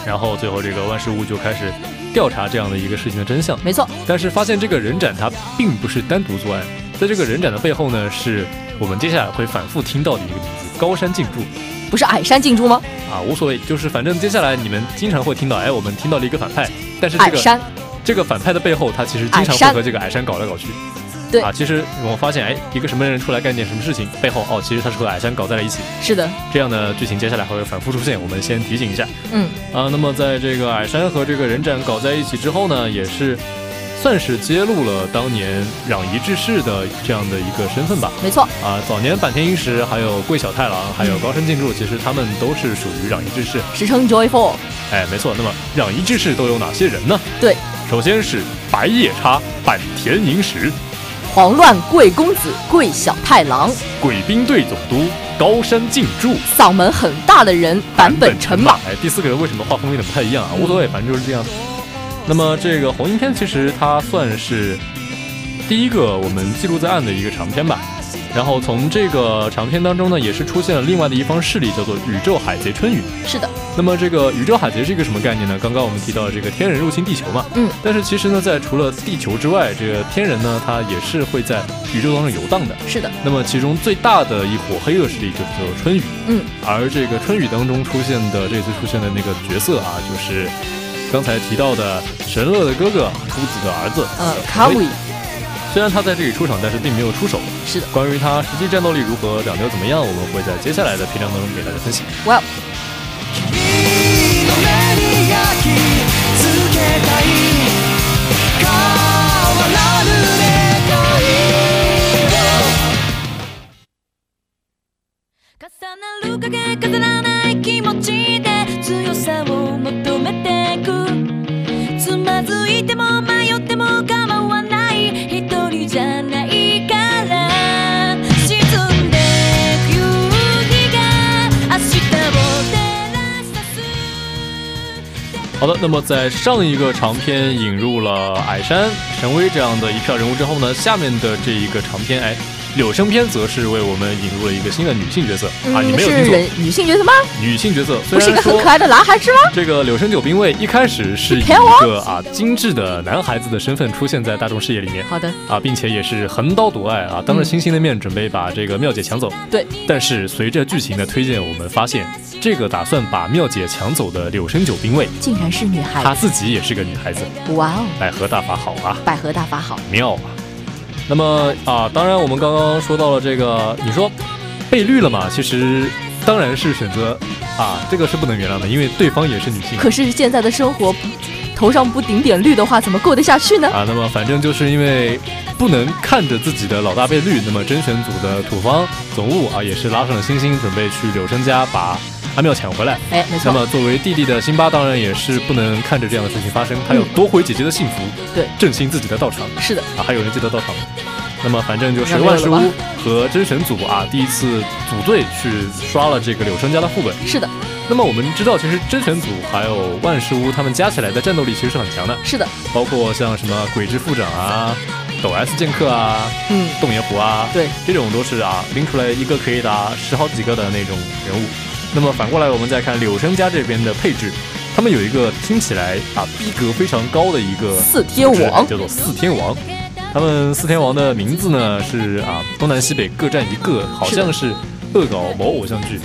然后最后这个万事屋就开始调查这样的一个事情的真相。
没错。
但是发现这个人斩他并不是单独作案，在这个人斩的背后呢，是我们接下来会反复听到的一个名字——高山静助。
不是矮山进驻吗？
啊，无所谓，就是反正接下来你们经常会听到，哎，我们听到了一个反派，但是这
矮
个
山，
这个反派的背后，他其实经常
矮山
会和这个矮山搞来搞去。
对
啊，其实我发现，哎，一个什么人出来干点什么事情，背后哦，其实他是和矮山搞在了一起。
是的，
这样的剧情接下来还会反复出现，我们先提醒一下。
嗯，
啊，那么在这个矮山和这个人斩搞在一起之后呢，也是算是揭露了当年攘夷志士的这样的一个身份吧。
没错。
啊，早年坂田英时、还有桂小太郎、还有高山静助，其实他们都是属于攘夷志士。
史称 Joyful。
哎，没错。那么攘夷志士都有哪些人呢？
对，
首先是白夜叉、坂田银时、
黄乱贵公子贵小太郎，
鬼兵队总督高山静助。
嗓门很大的人版本成马。嗯
哎，第四个人为什么画风有点不太一样啊？无所谓，反正就是这样。那么这个红樱篇其实它算是第一个我们记录在案的一个长篇吧。然后从这个长篇当中呢，也是出现了另外的一方势力，叫做宇宙海贼春雨。
是的，
那么这个宇宙海贼是一个什么概念呢？刚刚我们提到这个天人入侵地球嘛，
嗯，
但是其实呢，在除了地球之外，这个天人呢，它也是会在宇宙当中游荡的。
是的，
那么其中最大的一伙黑恶势力就叫做春雨，
嗯，
而这个春雨当中出现的这次出现的那个角色啊，就是刚才提到的神乐的哥哥，秃子的儿子，
呃，卡
所
姆
以。虽然他在这里出场，但是并没有出手。
是的，
关于他实际战斗力如何、长得又怎么样，我们会在接下来的篇章当中给大家分析。
哇，
重なる影飾らない気持ちで強さを求めてくつまずいても迷っても構わない一人じゃないから沈んでく勇気が明日を照らす
好的，那么在上一个长篇引入了矮山、神威这样的一票人物之后呢，下面的这一个长篇，哎，柳生篇则是为我们引入了一个新的女性角色、
嗯、
啊，你没有
是
听错，啊
人女性角色吗？
女性角色
不是一个很可爱的男孩子吗？
这个柳生九兵卫一开始是以一个啊精致的男孩子的身份出现在大众视野里面，
好的
啊，并且也是横刀夺爱啊，当着星星的面准备把这个妙姐抢走。
对，
但是随着剧情的推荐，我们发现这个打算把妙姐抢走的柳生九兵卫
竟然是女孩子，
她自己也是个女孩子。
哇哦，
百合大法好啊，
百合大法好，
妙啊！那么啊，当然我们刚刚说到了这个，你说被绿了嘛？其实当然是选择啊，这个是不能原谅的，因为对方也是女性。
可是现在的生活，头上不顶点绿的话，怎么过得下去呢？
啊，那么反正就是因为不能看着自己的老大被绿，那么甄选组的土方总务啊，也是拉上了星星，准备去柳生家把。阿妙抢回来，
哎，没错。
那么作为弟弟的辛巴，当然也是不能看着这样的事情发生，他要夺回姐姐的幸福，
对，
振兴自己的道场。
是的，
啊，还有人记得道场吗？那么反正就是万事屋和真神组啊，第一次组队去刷了这个柳生家的副本。
是的。
那么我们知道，其实真神组还有万事屋他们加起来的战斗力其实是很强的。
是的。
包括像什么鬼之副长啊、抖 S 剑客啊、
嗯、
洞爷湖啊，
对，
这种都是啊拎出来一个可以打十好几个的那种人物。那么反过来，我们再看柳生家这边的配置，他们有一个听起来啊逼格非常高的一个
四天王，
叫做四天王。他们四天王的名字呢是啊东南西北各占一个，好像是恶搞某偶像剧，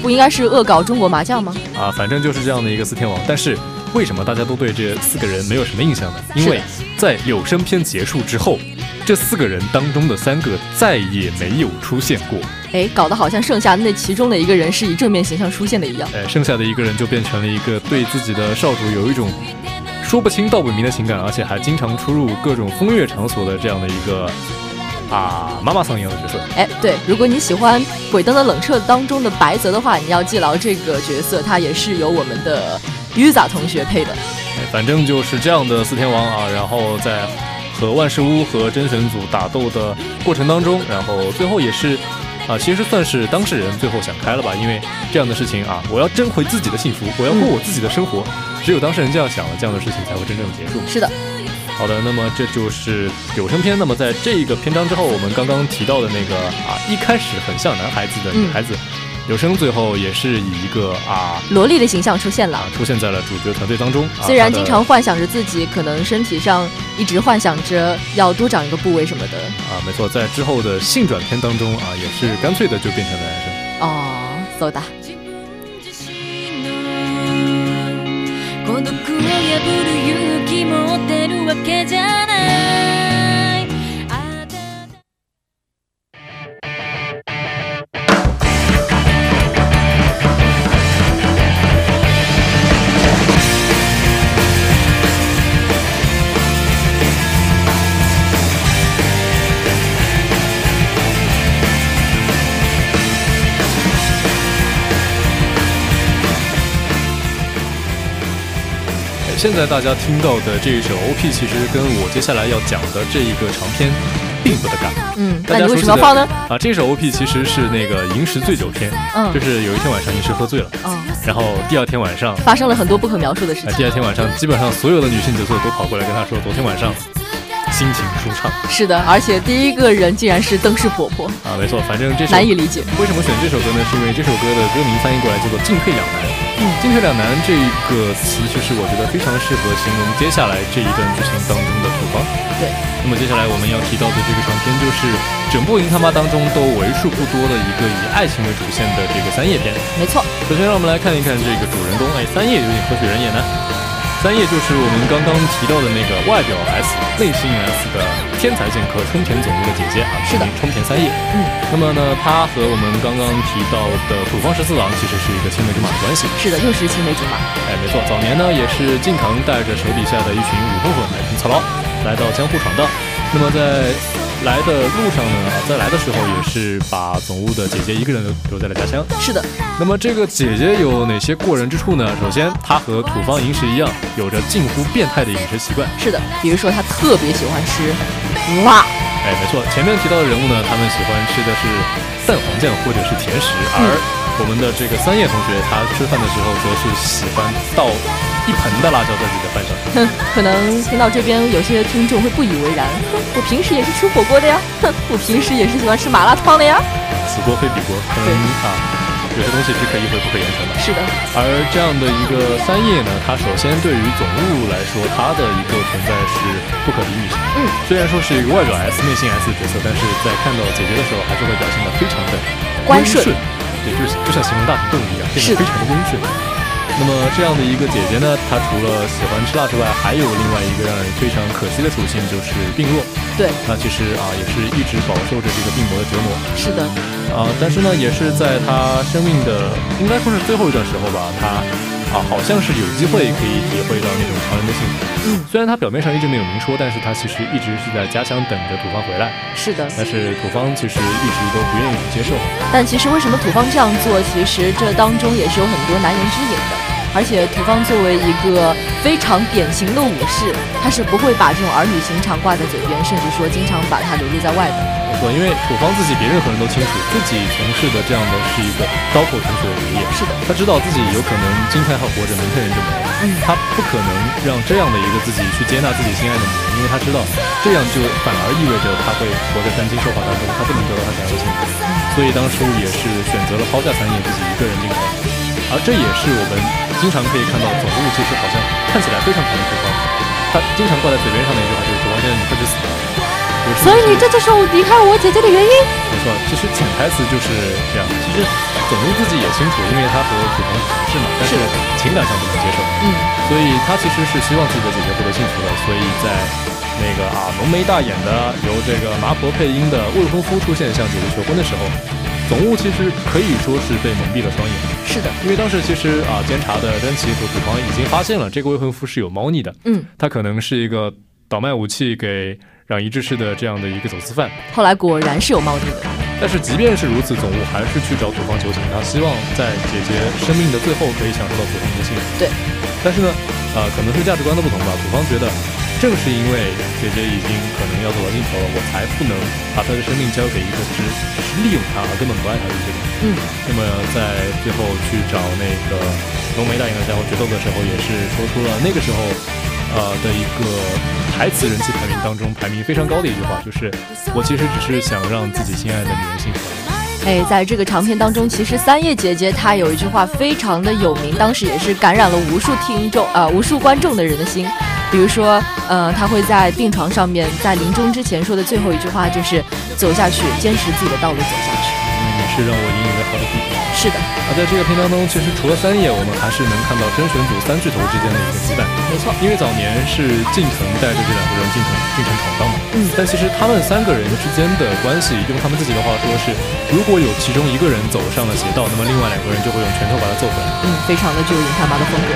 不应该是恶搞中国麻将吗？
啊，反正就是这样的一个四天王。但是为什么大家都对这四个人没有什么印象呢？因为在柳生篇结束之后，这四个人当中的三个再也没有出现过。
哎，搞得好像剩下那其中的一个人是以正面形象出现的一样。
哎，剩下的一个人就变成了一个对自己的少主有一种说不清道不明的情感，而且还经常出入各种风月场所的这样的一个啊妈妈桑一样的角色。
哎，对，如果你喜欢《鬼灯的冷彻》当中的白泽的话，你要记牢这个角色，他也是由我们的 Uza 同学配的。
哎，反正就是这样的四天王啊，然后在和万事屋和真神组打斗的过程当中，然后最后也是。啊，其实算是当事人最后想开了吧，因为这样的事情啊，我要争回自己的幸福，我要过我自己的生活，嗯、只有当事人这样想了，这样的事情才会真正结束。
是的。
好的，那么这就是有声篇。那么在这个篇章之后，我们刚刚提到的那个啊，一开始很像男孩子的女孩子，有、嗯、声最后也是以一个啊
萝莉的形象出现了、啊，
出现在了主角团队当中。啊
虽然经常幻想着自己可能身体上一直幻想着要多长一个部位什么的
啊，没错，在之后的性转篇当中啊，也是干脆的就变成了男
生。哦，そうだ。
孤独を破る勇気持ってるわけじゃない
哎现在大家听到的这一首 OP，其实跟我接下来要讲的这一个长篇并不搭嘎。
嗯，
大家
为什么要放呢？
啊，这首 OP 其实是那个《银石醉酒篇》，
嗯，
就是有一天晚上银石喝醉了，
哦，
然后第二天晚上哎
发生了很多不可描述的事情。
第二天晚上，基本上所有的女性角色都跑过来跟他说，昨天晚上心情舒畅。
是的，而且第一个人竟然是邓氏婆婆。
啊，没错，反正这首
难以理解。
为什么选这首歌呢？是因为这首歌的歌名翻译过来叫做“进退两难”。嗯，进退两难这一个词，其实我觉得非常适合形容接下来这一段剧情当中的土方。
对，
那么接下来我们要提到的这个长篇，就是整部《银他妈》当中都为数不多的一个以爱情为主线的这个三叶篇。
没错。
首先，让我们来看一看这个主人公，哎，三叶究竟何许人也呢？三叶就是我们刚刚提到的那个外表 S、内心 S 的天才剑客冲田总一的姐姐啊，
是的，
冲田三叶。
嗯。
那么呢，他和我们刚刚提到的土方十四郎其实是一个青梅竹马的关系。
是的，又是青梅竹马。
哎，没错，早年呢也是靖康带着手底下的一群武混混来跟曹操来到江湖闯荡。那么在来的路上呢，啊在来的时候也是把总务的姐姐一个人留留在了家乡。
是的。
那么这个姐姐有哪些过人之处呢？首先，她和土方银石一样，有着近乎变态的饮食习惯。
是的，比如说她特别喜欢吃辣。
哎，没错，前面提到的人物呢，他们喜欢吃的是蛋黄酱或者是甜食，而我们的这个三叶同学，他吃饭的时候则是喜欢倒一盆的辣椒在自己的饭上。
哼，可能听到这边有些听众会不以为然。哼，我平时也是吃火锅的呀。哼，我平时也是喜欢吃麻辣烫的呀。
此锅非彼锅，可能啊。有些东西是可以回不可言传的。
是的。
而这样的一个三叶呢，它首先对于总务来说，它的一个存在是不可比拟的。
嗯。
虽然说是一个外表 S 内心 S 的角色，但是在看到解决的时候，还是会表现的非常的
温顺。
对，就是就像形容大体动物一样，变得非常的温顺。那么这样的一个姐姐呢，她除了喜欢吃辣之外，还有另外一个让人非常可惜的属性，就是病弱。
对。
那其实啊，也是一直饱受着这个病魔的折磨。
是的。
啊，但是呢，也是在他生命的应该说是最后一段时候吧，他啊，好像是有机会可以体会到那种常人的幸福。
嗯，
虽然他表面上一直没有明说，但是他其实一直是在家乡等着土方回来。
是的，
但是土方其实一直都不愿意接受。
但其实为什么土方这样做，其实这当中也是有很多难言之隐的。而且土方作为一个非常典型的武士，他是不会把这种儿女情长挂在嘴边，甚至说经常把它流露在外的。
错，因为土方自己比任何人都清楚，自己从事的这样的是一个刀口同学的职业。
是的，
他知道自己有可能今天还活着，明天人就没了。
嗯，
他不可能让这样的一个自己去接纳自己心爱的女人，因为他知道这样就反而意味着他会活在担惊受怕当中，他不能得到他想要的幸福。所以当时也是选择了抛下三叶自己一个人进城，而这也是我们经常可以看到总务其实好像看起来非常疼土方，他经常挂在嘴边上的一句话就是土方先生你快去死吧。
所以你这就是我离开我姐姐的原因。
没错，其实潜台词就是这样。其实总之自己也清楚，因为他和普通是嘛，但是情感上不能接受。
嗯，
所以他其实是希望自己的姐姐获得幸福的。所以在那个啊浓眉大眼的由这个麻婆配音的未婚夫出现向姐姐求婚的时候，总务其实可以说是被蒙蔽了双眼。
是的，
因为当时其实啊监察的真崎和普方已经发现了这个未婚夫是有猫腻的。
嗯，
他可能是一个倒卖武器给。让一致式的这样的一个走私犯，
后来果然是有猫腻的。
但是即便是如此，总务还是去找土方求情，他希望在姐姐生命的最后可以享受到普通的幸福。
对。
但是呢，呃，可能是价值观的不同吧，土方觉得正是因为姐姐已经可能要走到尽头了，我才不能把她的生命交给一个只只是利用她而根本不爱她的一个人。
嗯。
那么在最后去找那个浓眉大眼的家伙决斗的时候，也是说出了那个时候。呃的一个台词人气排名当中排名非常高的一句话，就是我其实只是想让自己心爱的女人幸福。
哎，在这个长片当中，其实三叶姐姐她有一句话非常的有名，当时也是感染了无数听众啊、呃、无数观众的人的心。比如说，呃，她会在病床上面，在临终之前说的最后一句话就是“走下去，坚持自己的道路走下去”。
嗯，是让我引以为豪的地方。
是的。
而啊在这个片当中，其实除了三叶，我们还是能看到真选组三巨头之间的一个羁绊。
没错。
因为早年是近藤带着这两个人进城进城闯荡嘛。
嗯。
但其实他们三个人之间的关系，用他们自己的话说是，如果有其中一个人走上了邪道，那么另外两个人就会用拳头把他揍回来。
嗯，非常的具有隐他妈的风格。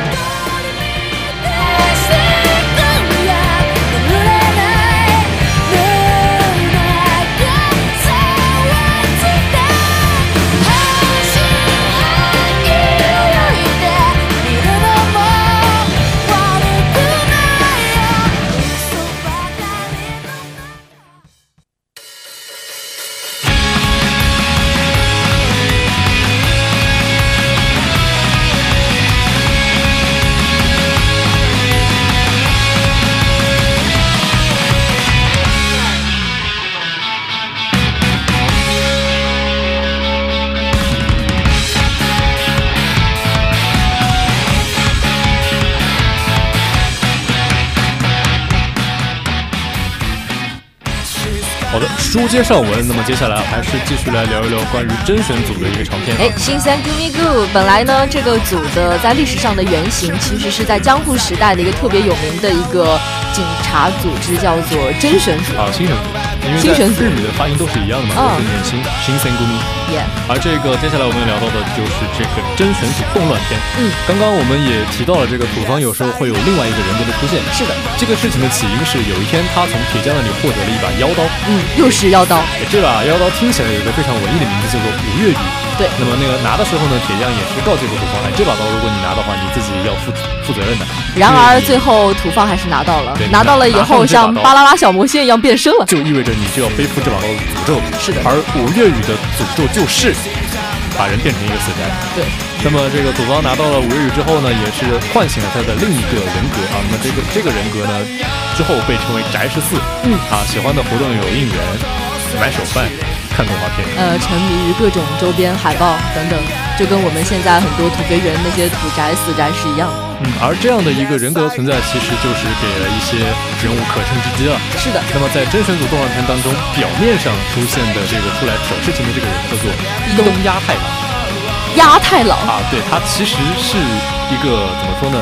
书接上文，那么接下来还是继续来聊一聊关于甄选组的一个长片。
哎，新三 g u m i Goo，本来呢这个组的在历史上的原型其实是在江户时代的一个特别有名的一个警察组织，叫做甄选组
啊，新选组，因嗯为在日语的发音都是一样的嘛，都是念新新三 g u m i 而这个接下来我们聊到的就是这个甄选组动乱篇。
嗯，
刚刚我们也提到了这个土方有时候会有另外一个人格的出现。
是的，
这个事情的起因是有一天他从铁匠那里获得了一把妖刀。哎
嗯，又是妖刀。
这把妖刀听起来有一个非常文艺的名字，叫做五月雨。
对，
那么那个拿的时候呢，铁匠也是告诫过土方，哎，这把刀如果你拿的话，你自己要负负责任的。
然而最后土方还是拿到了，拿到了以后像巴啦啦小魔仙一样变身了，
就意味着你就要背负这把刀的诅咒。
是的，
而五月雨的诅咒就是。
把人变成一个死宅。
对。
那么这个祖高拿到了五日语之后呢，也是唤醒了他的另一个人格啊。那么这个这个人格呢，之后被称为宅十四。
嗯。
啊，喜欢的活动有应援、买手办、看动画片。
呃，沉迷于各种周边海报等等，就跟我们现在很多土肥圆那些土宅死宅是一样的。
嗯，而这样的一个人格的存在，其实就是给了一些人物可乘之机了。啊
是的。
那么在《真神组》动画片当中，表面上出现的这个出来挑事情的这个人叫做东鸭太郎。
鸭太郎
啊，对，他其实是一个怎么说呢，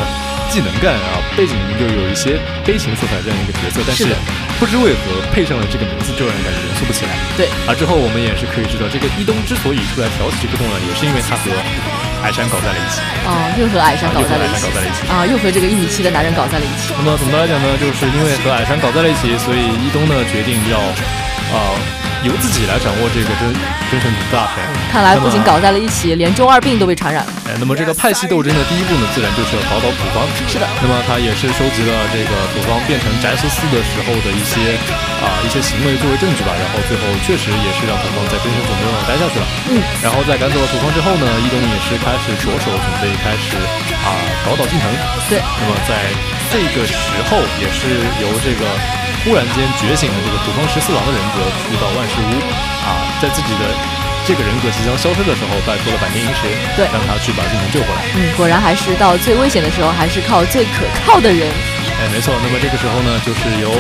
既能干啊，背景又有一些悲情色彩这样一个角色，但
是
是
的
不知为何配上了这个名字，就让人感觉严肃不起来。
对。
而之后我们也是可以知道，这个伊东之所以出来挑起这个动乱，也是因为他和矮山搞在了一起。
哦，又和矮山搞在了一
又和矮山
起
搞在了一起
啊，又和这个一米七的男人搞在了一起。
那么总的来讲呢，就是因为和矮山搞在了一起，所以伊东呢决定要，啊、由自己来掌握这个真真神组大权。
看来不仅搞
在。
在了一起，连中二病都被传染了。
哎，那么这个派系斗争的第一步呢，自然就是要搞倒土方。
是的。
那么他也是收集了这个土方变成宅十四的时候的一些啊、一些行为作为证据吧，然后最后确实也是让土方在真神总部上待下去了。
嗯。
然后在赶走了土方之后呢，伊东也是开始着手准备开始啊、搞倒进城。
对。
那么在这个时候，也是由这个忽然间觉醒的这个土方十四郎的人格去到万事屋啊，在自己的。这个人格即将消失的时候，拜托了百年银石，
对
让他去把进城救回来。
嗯，果然还是到最危险的时候，还是靠最可靠的人。
哎，没错。那么这个时候呢，就是由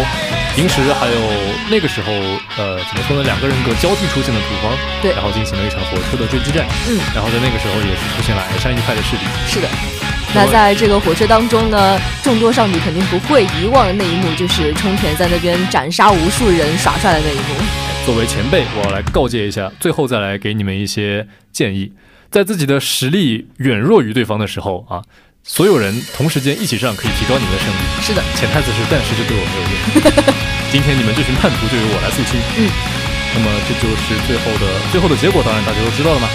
银石还有那个时候，呃，怎么说呢，两个人格交替出现的土方，
对
然后进行了一场火车的追击战。
嗯
然后在那个时候也是出现了矮山一派的势力。
是的。那在这个火车当中呢，众多少女肯定不会遗忘的那一幕，就是冲田在那边斩杀无数人耍帅的那一幕。
作为前辈，我要来告诫一下，最后再来给你们一些建议。在自己的实力远弱于对方的时候啊，所有人同时间一起上可以提高你的胜率。
是的，
潜台词是，但是这对我没有用。今天你们这群叛徒就由我来肃清。
嗯，
那么这就是最后的最后的结果，当然大家都知道了嘛。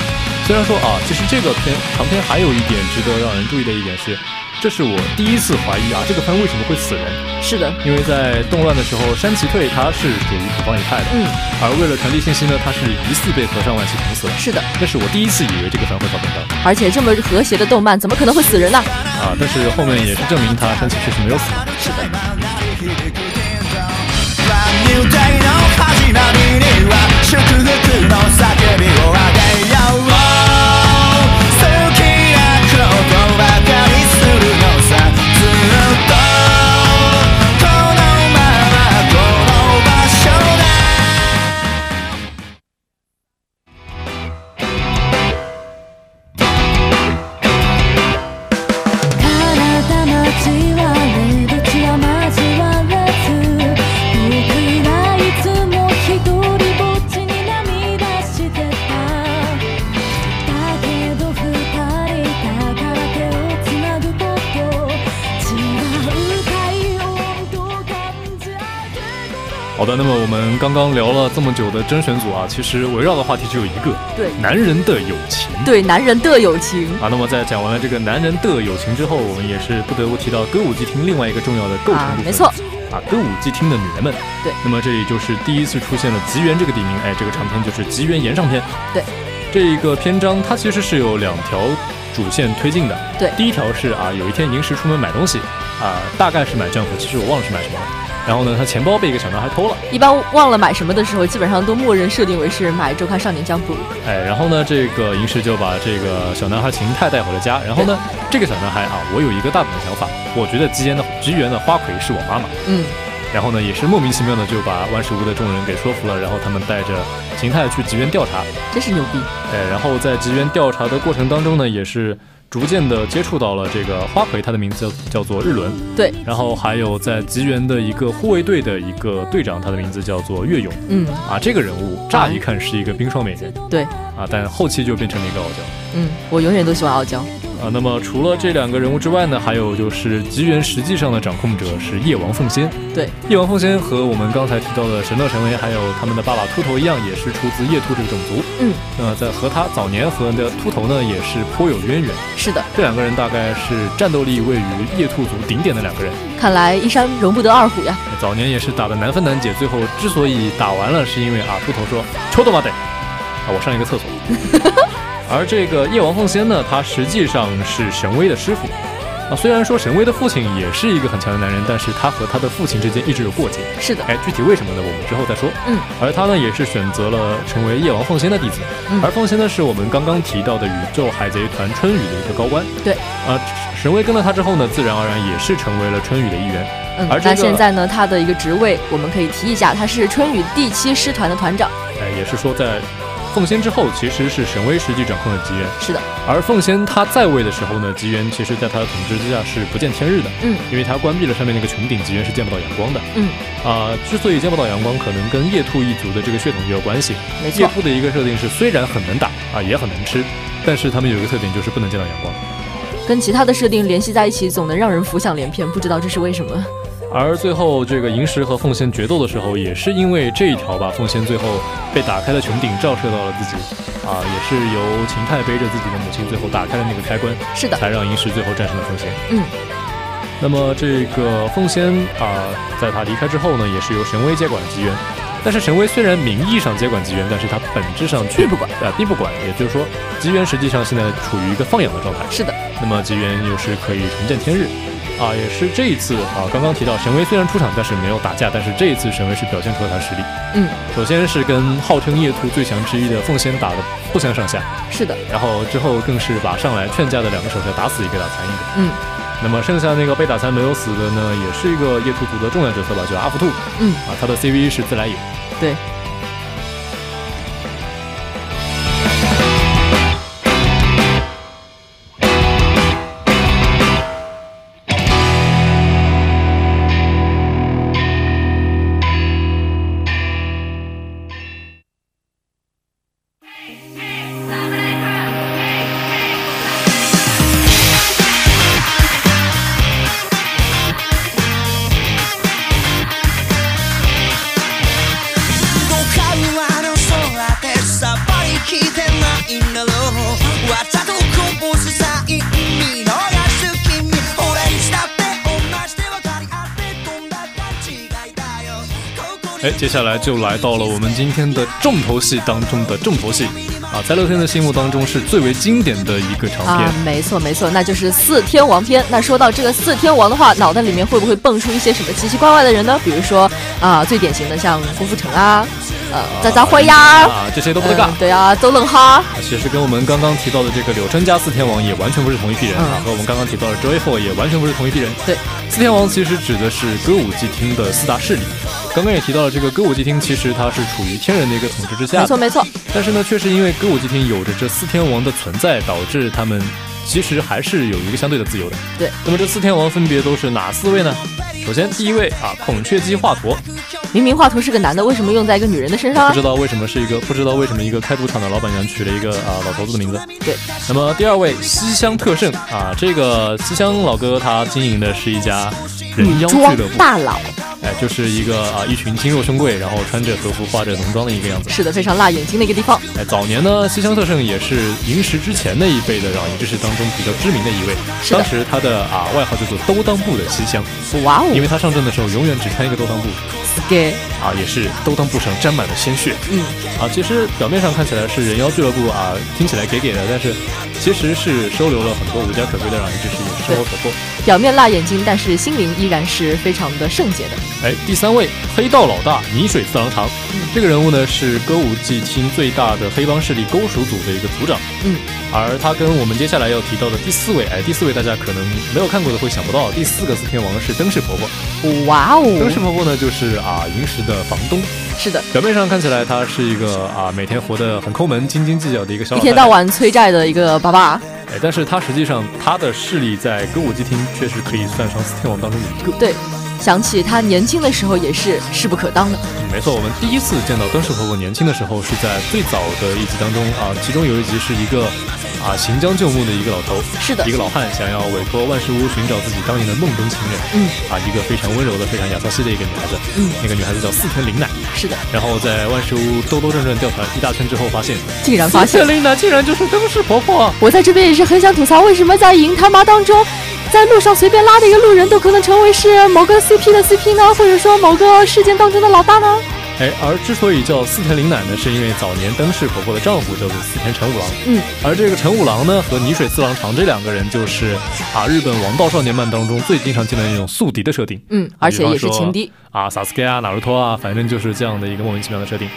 虽然说啊，其实这个片长片还有一点值得让人注意的一点是，这是我第一次怀疑啊，这个番为什么会死人？
是的，
因为在动乱的时候，山崎退他是属于土方一派的，
嗯，
而为了传递信息呢，他是疑似被和尚万喜捅死了。
是的，
那是我第一次以为这个番会遭本刀
而且这么和谐的动漫，怎么可能会死人呢、
啊，但是后面也是证明他山崎确实没有死。
是的。
ニューデイの始まりには祝福の叫びをあげよう好きなことばかりするのさずっとこのままこの場所で
体のじわれ口を交わらず僕はいつも一人ぼっちに涙してただけど二人だから手をつなぐこと違う体温と感じ合う
好的，那么我们刚刚聊了这么久的真选组啊，其实围绕的话题只有一个，
对
男人的友情。
对男人的友情，
啊，那么在讲完了这个男人的友情之后，我们也是不得不提到歌舞伎町另外一个重要的构成部分，
啊没错，
啊，歌舞伎町的女人们。
对
那么这里就是第一次出现了吉原这个地名，哎，这个长篇就是吉原岩上篇。
对，
这个篇章它其实是有两条主线推进的。
对
第一条是啊，有一天银石出门买东西，啊，大概是买战服，其实我忘了是买什么了。然后呢，他钱包被一个小男孩偷了。
一般忘了买什么的时候，基本上都默认设定为是买周刊少年江浦。
哎，然后呢，这个银石就把这个小男孩秦泰带回了家。然后呢，这个小男孩啊，我有一个大胆的想法，我觉得吉原的吉原的花魁是我妈妈。
嗯，
然后呢，也是莫名其妙的就把万事屋的众人给说服了，然后他们带着秦泰去吉原调查。
真是牛逼。
哎，然后在吉原调查的过程当中呢，也是逐渐的接触到了这个花魁，她的名字叫叫做日轮。
对，
然后还有在吉原的一个护卫队的一个队长，他的名字叫做月勇。
嗯
啊，这个人物乍一看是一个冰霜美人，
对，
啊，但后期就变成了一个傲娇
嗯，我永远都喜欢傲娇。
啊。那么除了这两个人物之外呢，还有就是吉原实际上的掌控者是夜王奉先。
对，
夜王奉先和我们刚才提到的神乐神威，还有他们的爸爸秃头一样，也是出自夜兔这个种族。
嗯，
那么在和他早年和的秃头呢，也是颇有渊源。
是的，
这两个人大概是战斗力位于夜兔族顶点的两个人。
看来一山容不得二虎呀。
早年也是打的难分难解，最后之 所以打完了，是因为啊，秃头说抽他妈的，啊，我上一个厕所。啊，而这个夜王奉先呢，他实际上是神威的师傅。啊，虽然说神威的父亲也是一个很强的男人，但是他和他的父亲之间一直有过节。
是的，
哎，具体为什么呢？我们之后再说。
嗯，
而他呢，也是选择了成为夜王奉先的弟子。嗯，而奉先呢，是我们刚刚提到的宇宙海贼团春雨的一个高官。
对，
啊，神威跟了他之后呢，自然而然也是成为了春雨的一员。
嗯，
而、这个、
那现在呢，他的一个职位我们可以提一下，他是春雨第七师团的团长。
哎，也是说在。奉先之后，其实是神威实际掌控了吉原。
是的。
而奉先他在位的时候呢，吉原其实在他的统治之下是不见天日的。
嗯。
因为他关闭了上面那个穹顶，吉原是见不到阳光的。
嗯。
啊、呃，之所以见不到阳光，可能跟夜兔一族的这个血统也有关系。
没错。
夜兔的一个设定是，虽然很能打啊，也很能吃，但是他们有一个特点就是不能见到阳光。
跟其他的设定联系在一起，总能让人浮想联翩，不知道这是为什么。
而最后，这个银石和奉先决斗的时候，也是因为这一条吧，奉先最后被打开的穹顶照射到了自己，啊，也是由秦泰背着自己的母亲，最后打开了那个开关，
是的，
才让银石最后战胜了奉先。
嗯，
那么这个奉先啊，在他离开之后呢，也是由神威接管吉原，但是神威虽然名义上接管吉原，但是他本质上却
不管，
呃，并不管，也就是说，吉原实际上现在处于一个放养的状态。
是的，
那么吉原又是可以重见天日。啊，也是这一次啊，刚刚提到神威虽然出场，但是没有打架，但是这一次神威是表现出了他实力。
嗯，
首先是跟号称夜兔最强之一的奉先打的不相上下。
是的。
然后之后更是把上来劝架的两个手下打死一个，打残一个。
嗯。
那么剩下那个被打残没有死的呢，也是一个夜兔族的重要角色吧，叫阿福兔。
嗯。
啊，他的 CV 是自来也。
对。
哎，接下来就来到了我们今天的重头戏当中的重头戏啊，在乐天的心目当中是最为经典的一个长篇。
啊，没错没错，那就是四天王篇。那说到这个四天王的话，脑袋里面会不会蹦出一些什么奇奇怪怪的人呢？比如说啊，最典型的像郭富城啊，呃，渣渣辉呀，
啊，这些都不对尬、
嗯。对啊，周冷哈。
其实跟我们刚刚提到的这个柳春家四天王也完全不是同一批人啊，和我们刚刚提到的 Joyful 也完全不是同一批人。
嗯对，
四天王其实指的是歌舞伎町的四大势力。刚刚也提到了，这个歌舞伎町其实它是处于天人的一个统治之下，
没错没错。
但是呢，确实因为歌舞伎町有着这四天王的存在，导致他们其实还是有一个相对的自由的。
对。
那么这四天王分别都是哪四位呢？首先第一位啊，孔雀姬华佗。
明明华佗是个男的，为什么用在一个女人的身上、啊？
不知道为什么是一个，不知道为什么一个开赌场的老板娘取了一个啊老头子的名字。
对。
那么第二位西乡特胜啊，这个西乡老哥他经营的是一家人妖俱乐部。
大佬。
哎，就是一个啊，一群精肉胸贵，然后穿着和服、化着浓妆的一个样子。
是的，非常辣眼睛的一个地方。
哎，早年呢，西乡特胜也是银石之前的一辈的，然后银石当中比较知名的一位。
是
当时他的啊外号叫做兜裆部的西乡。
哇哦！
因为他上阵的时候永远只穿一个兜裆布。
给。
啊，也是兜裆布上沾满了鲜血。
嗯。
啊，其实表面上看起来是人妖俱乐部啊，听起来给给的，但是其实是收留了很多无家可归的，让银石也生活所迫。
表面辣眼睛，但是心灵依然是非常的圣洁的。
哎，第三位黑道老大泥水四郎长，
嗯
这个人物呢是歌舞伎町最大的黑帮势力勾鼠组的一个组长。
嗯，
而他跟我们接下来要提到的第四位，哎，第四位大家可能没有看过的会想不到，第四个四天王是灯氏婆婆。
哇哦，
灯氏婆婆呢就是啊银石的房东。
是的，
表面上看起来她是一个啊每天活得很抠门、斤斤计较的一个小
一天到晚催债的一个爸爸。
哎，但是他实际上他的势力在歌舞伎町确实可以算上四天王当中的一个。
对。想起他年轻的时候也是势不可当的。
没错，我们第一次见到灯氏婆婆年轻的时候是在最早的一集当中啊，其中有一集是一个啊行将就木的一个老头，
是的，
一个老汉想要委托万事屋寻找自己当年的梦中情人，
嗯，
啊一个非常温柔的、非常亚瑟西的一个女孩子，
嗯，
那个女孩子叫四田玲奈，
是的。
然后在万事屋兜兜转转调查一大圈之后，发现
竟然发现
四田玲奈竟然就是灯氏婆婆。啊
我在这边也是很想吐槽，为什么在银他妈当中。在路上随便拉的一个路人都可能成为是某个 CP 的 CP 呢，或者说某个事件当中的老大呢？
哎，而之所以叫四田玲乃呢，是因为早年灯市婆婆的丈夫叫做四田成五郎。
嗯，
而这个成五郎呢，和泥水四郎长这两个人，就是啊日本王道少年漫当中最经常见的那种宿敌的设定。
嗯，而且也是情敌
啊，萨斯ケ啊、纳鲁托啊，反正就是这样的一个莫名其妙的设定。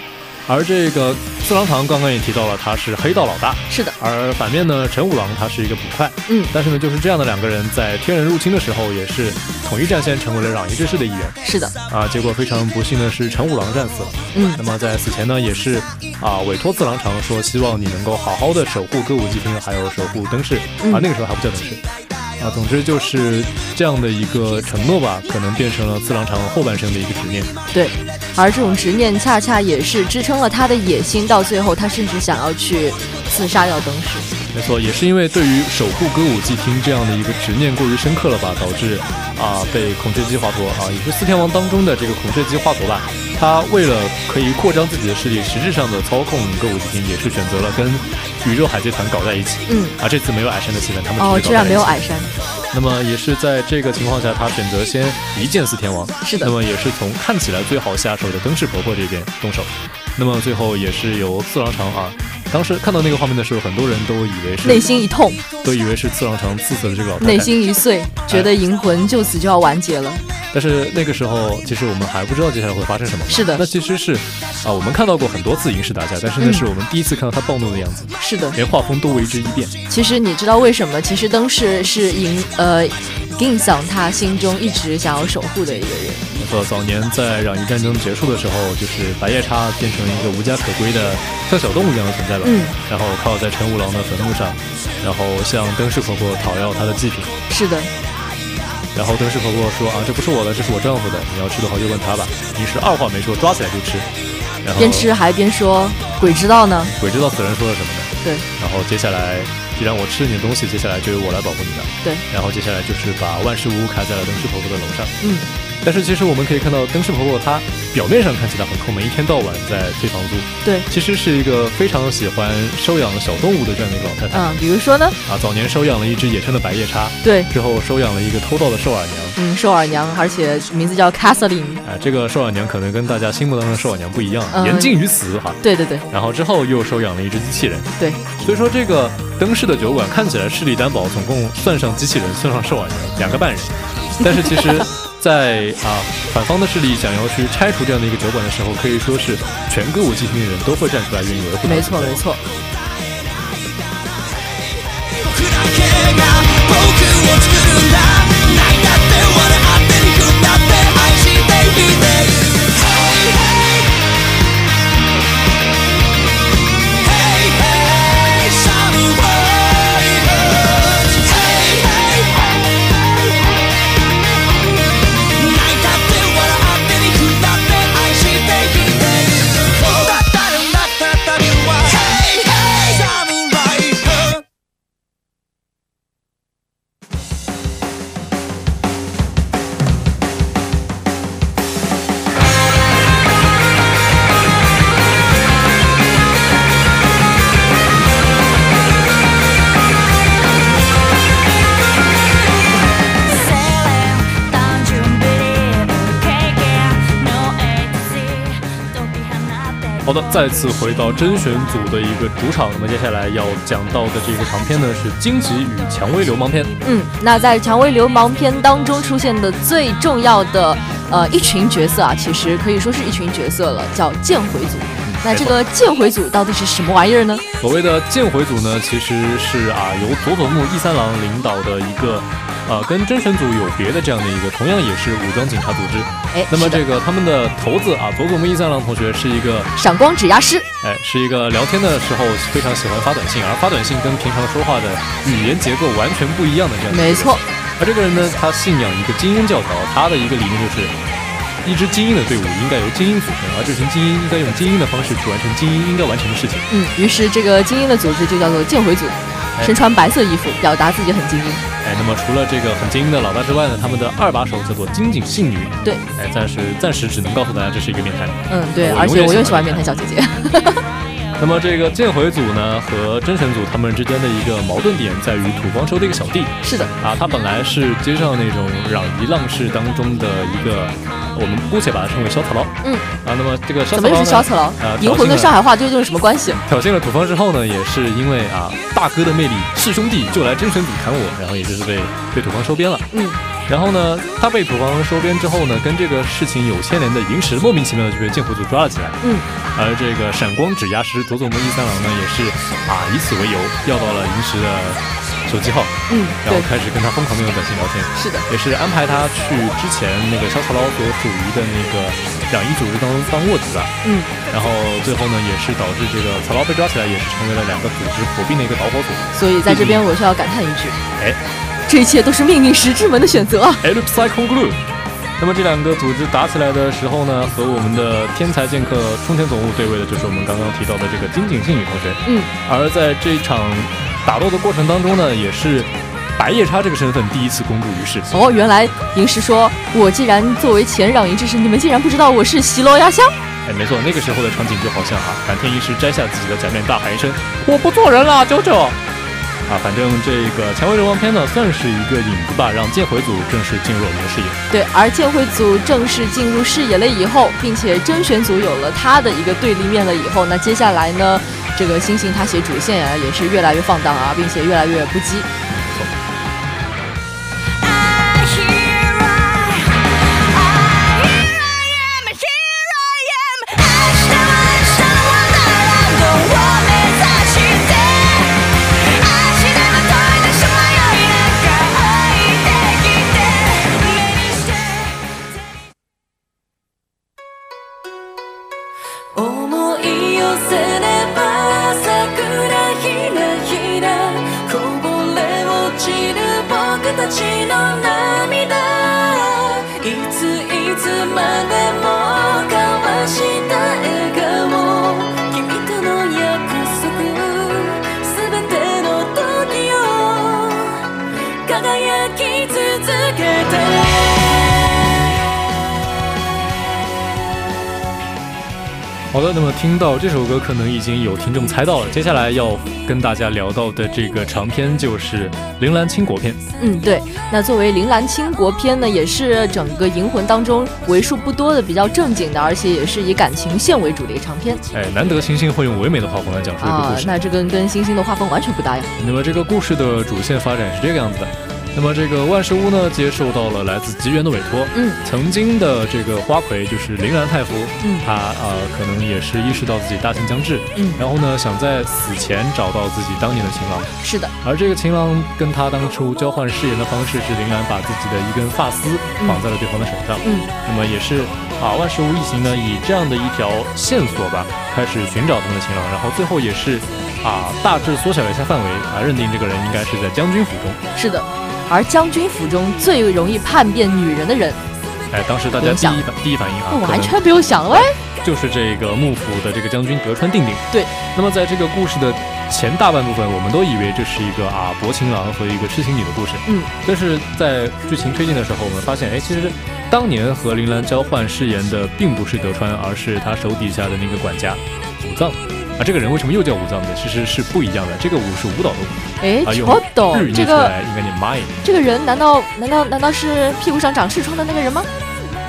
而这个四郎堂刚刚也提到了，他是黑道老大，
是的。
而反面呢，陈五郎他是一个捕快，
嗯。
但是呢，就是这样的两个人在天人入侵的时候，也是统一战线成为了攘夷之势的一员，
是的。
啊，结果非常不幸的是，陈五郎战死了，
嗯。
那么在死前呢，也是啊委托四郎堂说，希望你能够好好的守护歌舞伎町，还有守护灯市、
嗯、
啊，那个时候还不叫灯市。啊，总之就是这样的一个承诺吧，可能变成了次郎长后半生的一个执念。
对，而这种执念恰恰也是支撑了他的野心，到最后他甚至想要去刺杀掉灯市。
没错，也是因为对于守护歌舞伎町这样的一个执念过于深刻了吧，导致啊被孔雀鸡华佗啊，也是四天王当中的这个孔雀鸡华佗吧，他为了可以扩张自己的势力，实质上的操控歌舞伎町，也是选择了跟宇宙海贼团搞在一起。
嗯，
啊，这次没有矮山的戏份，他们
哦，居然没有矮
山。
山。
那么也是在这个情况下，他选择先呃一剑四天王，
是的。
那么也是从看起来最好下手的灯市婆婆这边动手，那么最后也是由次郎长啊，当时看到那个画面的时候，很多人都以为是
内心一痛，
都以为是次郎长刺死了这个老太太，
内心一碎，觉得银魂就此就要完结了。
但是那个时候，其实我们还不知道接下来会发生什么。
是的，
那其实是啊，我们看到过很多次银石打架，但是那
嗯
是我们第一次看到他暴怒的样子。
是的，
连画风都为之一变。
其实你知道为什么？其实灯市是银呃影响他心中一直想要守护的一个人。
没错，呃早年在攘夷战争结束的时候，就是白夜叉变成一个无家可归的像小动物一样的存在了。
嗯。
然后靠在陈五郎的坟墓上，然后向灯市婆婆讨要她的祭品。
是的，
然后灯市婆婆说啊，这不是我的，这是我丈夫的，你要吃的话就问他吧。于是二话没说，抓起来就吃。然后
边吃还边说鬼知道呢。
鬼知道此人说了什么呢？
对
然后接下来，既然我吃了你的东西，接下来就由我来保护你了。
对，
然后接下来就是把万事屋开在了灯市婆婆的楼上。
嗯，
但是其实我们可以看到，灯市婆婆她表面上看起来很抠门，一天到晚在催房租。
对，
其实是一个非常喜欢收养小动物的这样的一个老太太。
嗯，比如说呢？
啊，早年收养了一只野生的白夜叉，
对
之后收养了一个偷盗的瘦耳娘。
嗯，瘦耳娘，而且名字叫 Catherine。
啊，这个瘦耳娘可能跟大家心目当中的瘦耳娘不一样，
嗯
言尽于此哈。
对对对
然后之后又收养了一只机器人。
对，
所以说这个灯市的酒馆看起来势力担保，总共算上机器人，算上兽耳人，两个 半人。但是其实在，啊反方的势力想要去拆除这样的一个酒馆的时候，可以说是全歌舞伎町的人都会站出来愿意维护它的
没错
存在
没错。
好的，再次回到甄选组的一个主场，那么接下来要讲到的这个长篇呢是《荆棘与蔷薇流氓篇》。
嗯，那在《蔷薇流氓篇》当中出现的最重要的呃一群角色啊，其实可以说是一群角色了，叫剑回组。那这个剑回组到底是什么玩意儿呢？
所谓的剑回组呢，其实是啊由佐佐木一三郎领导的一个，呃，跟真神组有别的这样的一个，同样也是武装警察组织。
哎
那么
是的
这个他们的头子啊，佐佐木一三郎同学是一个，
闪光指压师。
哎，是一个聊天的时候非常喜欢发短信，而发短信跟平常说话的语言结构完全不一样的这样的一个
没错。
而这个人呢，他信仰一个精英教条，他的一个理念就是。一支精英的队伍应该由精英组成，而这群精英应该用精英的方式去完成精英应该完成的事情。
嗯，于是这个精英的组织就叫做剑回组，身穿白色衣服，表达自己很精英。
哎，那么除了这个很精英的老大之外呢，他们的二把手叫做金井信女。
对，
哎，暂时暂时只能告诉大家这是一个变态。
嗯，对，
我
而且
永远
我又喜
喜欢
欢变态小姐姐。
那么这个剑回组呢和真神组他们之间的一个矛盾点在于土方州的一个小弟。
是的。
啊，他本来是街上那种攘夷浪士当中的一个我们姑且把它称为烧草佬。
嗯，
啊，那么这个烧
怎
草
么
佬
又是烧草佬
啊，？
银魂跟上海话究竟是什么关系？
挑衅了土方之后呢，也是因为啊大哥的魅力，是兄弟就来真神比砍我，然后也就是被被土方收编了。
嗯，
然后呢，他被土方收编之后呢，跟这个事情有牵连的萤石莫名其妙的就被剑湖组抓了起来。
嗯，
而这个闪光指压石佐佐木一三郎呢，也是啊以此为由要到了萤石的手机号，
嗯
然后
对
开始跟他疯狂的用短信聊天。
是的，
也是安排他去之前那个小草佬所属于的那个攘夷组织当中当卧底吧。
嗯，
然后最后呢，也是导致这个草佬被抓起来，也是成为了两个组织合并的一个导火索。
所以在这边我需要感叹一句，
哎
这一切都是命运石之门的选择啊！
e l p s y c o Glue。那么这两个组织打起来的时候呢，和我们的天才剑客冲田总务对位的就是我们刚刚提到的这个金井信女同学。
嗯，
而在这一场打斗的过程当中呢，也是白夜叉这个身份第一次公诸于世。
哦，原来银石说，我既然作为前攘夷之士，你们竟然不知道我是席罗压香？
哎，没错，那个时候的场景就好像啊，坂田银时摘下自己的假面，大喊一声：“我不做人了，九九！”啊，反正这个《蔷薇流亡篇》呢，算是一个引子吧，让剑回组正式进入我们的视野。
对，而剑会组正式进入视野了以后，并且甄选组有了他的一个对立面了以后，那接下来呢，这个星星他写主线啊，也是越来越放荡啊，并且越来越不羁。
思い寄せれば桜ひらひらこぼれ落ちる僕たちの涙いついつまでも交わした笑顔君との約束すべての時を輝き続けて
好的，那么听到这首歌，可能已经有听众猜到了，接下来要跟大家聊到的这个长篇就是《铃兰青果篇》。
嗯，对。那作为铃兰倾国篇呢，也是整个银魂当中为数不多的比较正经的，而且也是以感情线为主的一个长篇。
哎，难得星星会用唯美的画风来讲述一个
啊
故，事。
那这跟跟星星的画风完全不搭呀。
那么这个故事的主线发展是这个样子的。那么这个万事屋呢，接受到了来自吉原的委托。
嗯，
曾经的这个花魁就是铃兰太夫，
嗯
她呃可能也是意识到自己大限将至，
嗯
然后呢想在死前找到自己当年的情郎。
是的，
而这个情郎跟他当初交换誓言的方式是铃兰把自己的一根发丝绑在了对方的手上。
嗯
那么也是啊，万事屋一行呢以这样的一条线索吧，开始寻找他们的情郎，然后最后也是啊大致缩小了一下范围啊，认定这个人应该是在将军府中。
是的。而将军府中最容易叛变女人的人，
哎，当时大家
我
第
想
一反第一反应啊，
我
可能
完全没有想喂。
就是这个幕府的这个将军德川定定。
对，
那么在这个故事的前大半部分，我们都以为这是一个啊薄情郎和一个痴情女的故事。
嗯，
但是在剧情推进的时候，我们发现，哎，其实当年和铃兰交换誓言的并不是德川，而是他手底下的那个管家武藏。啊，这个人为什么又叫武藏呢？其实是不一样的。这个武是舞蹈的舞，
哎
啊，用
我懂
日语念
这
出
个
来应该念 m i
这个人难道难道难道是屁股上长痔疮的那个人吗？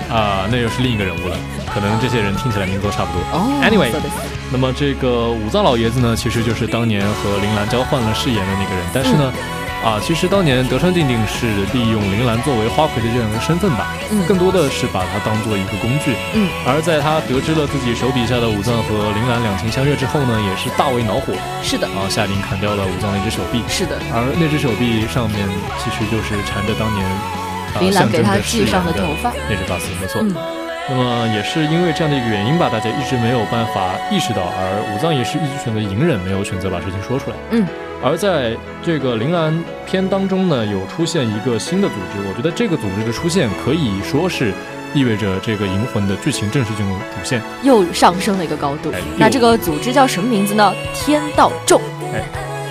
啊、那又是另一个人物了。可能这些人听起来名字都差不多。
哦
anyway，
そうです
那么这个武藏老爷子呢，其实就是当年和铃兰交换了誓言的那个人。但是呢，
嗯
啊，其实当年德川定定是利用铃兰作为花魁的这样一个身份吧，
嗯
更多的是把她当做一个工具。
嗯，
而在他得知了自己手底下的武藏和铃兰两情相悦之后呢，也是大为恼火。
是的，
然后下令砍掉了武藏的一只手臂。
是的，
而那只手臂上面其实就是缠着当年啊
铃兰给他
象征着誓
系上
言
的
的
头发
那只发丝，没错。
嗯
那么也是因为这样的一个原因吧，大家一直没有办法意识到，而武藏也是一直选择隐忍，没有选择把事情说出来。
嗯，
而在这个铃兰篇当中呢，有出现一个新的组织，我觉得这个组织的出现可以说是意味着这个银魂的剧情正式进入主线。
又上升了一个高度。那这个组织叫什么名字呢？天道众。
哎，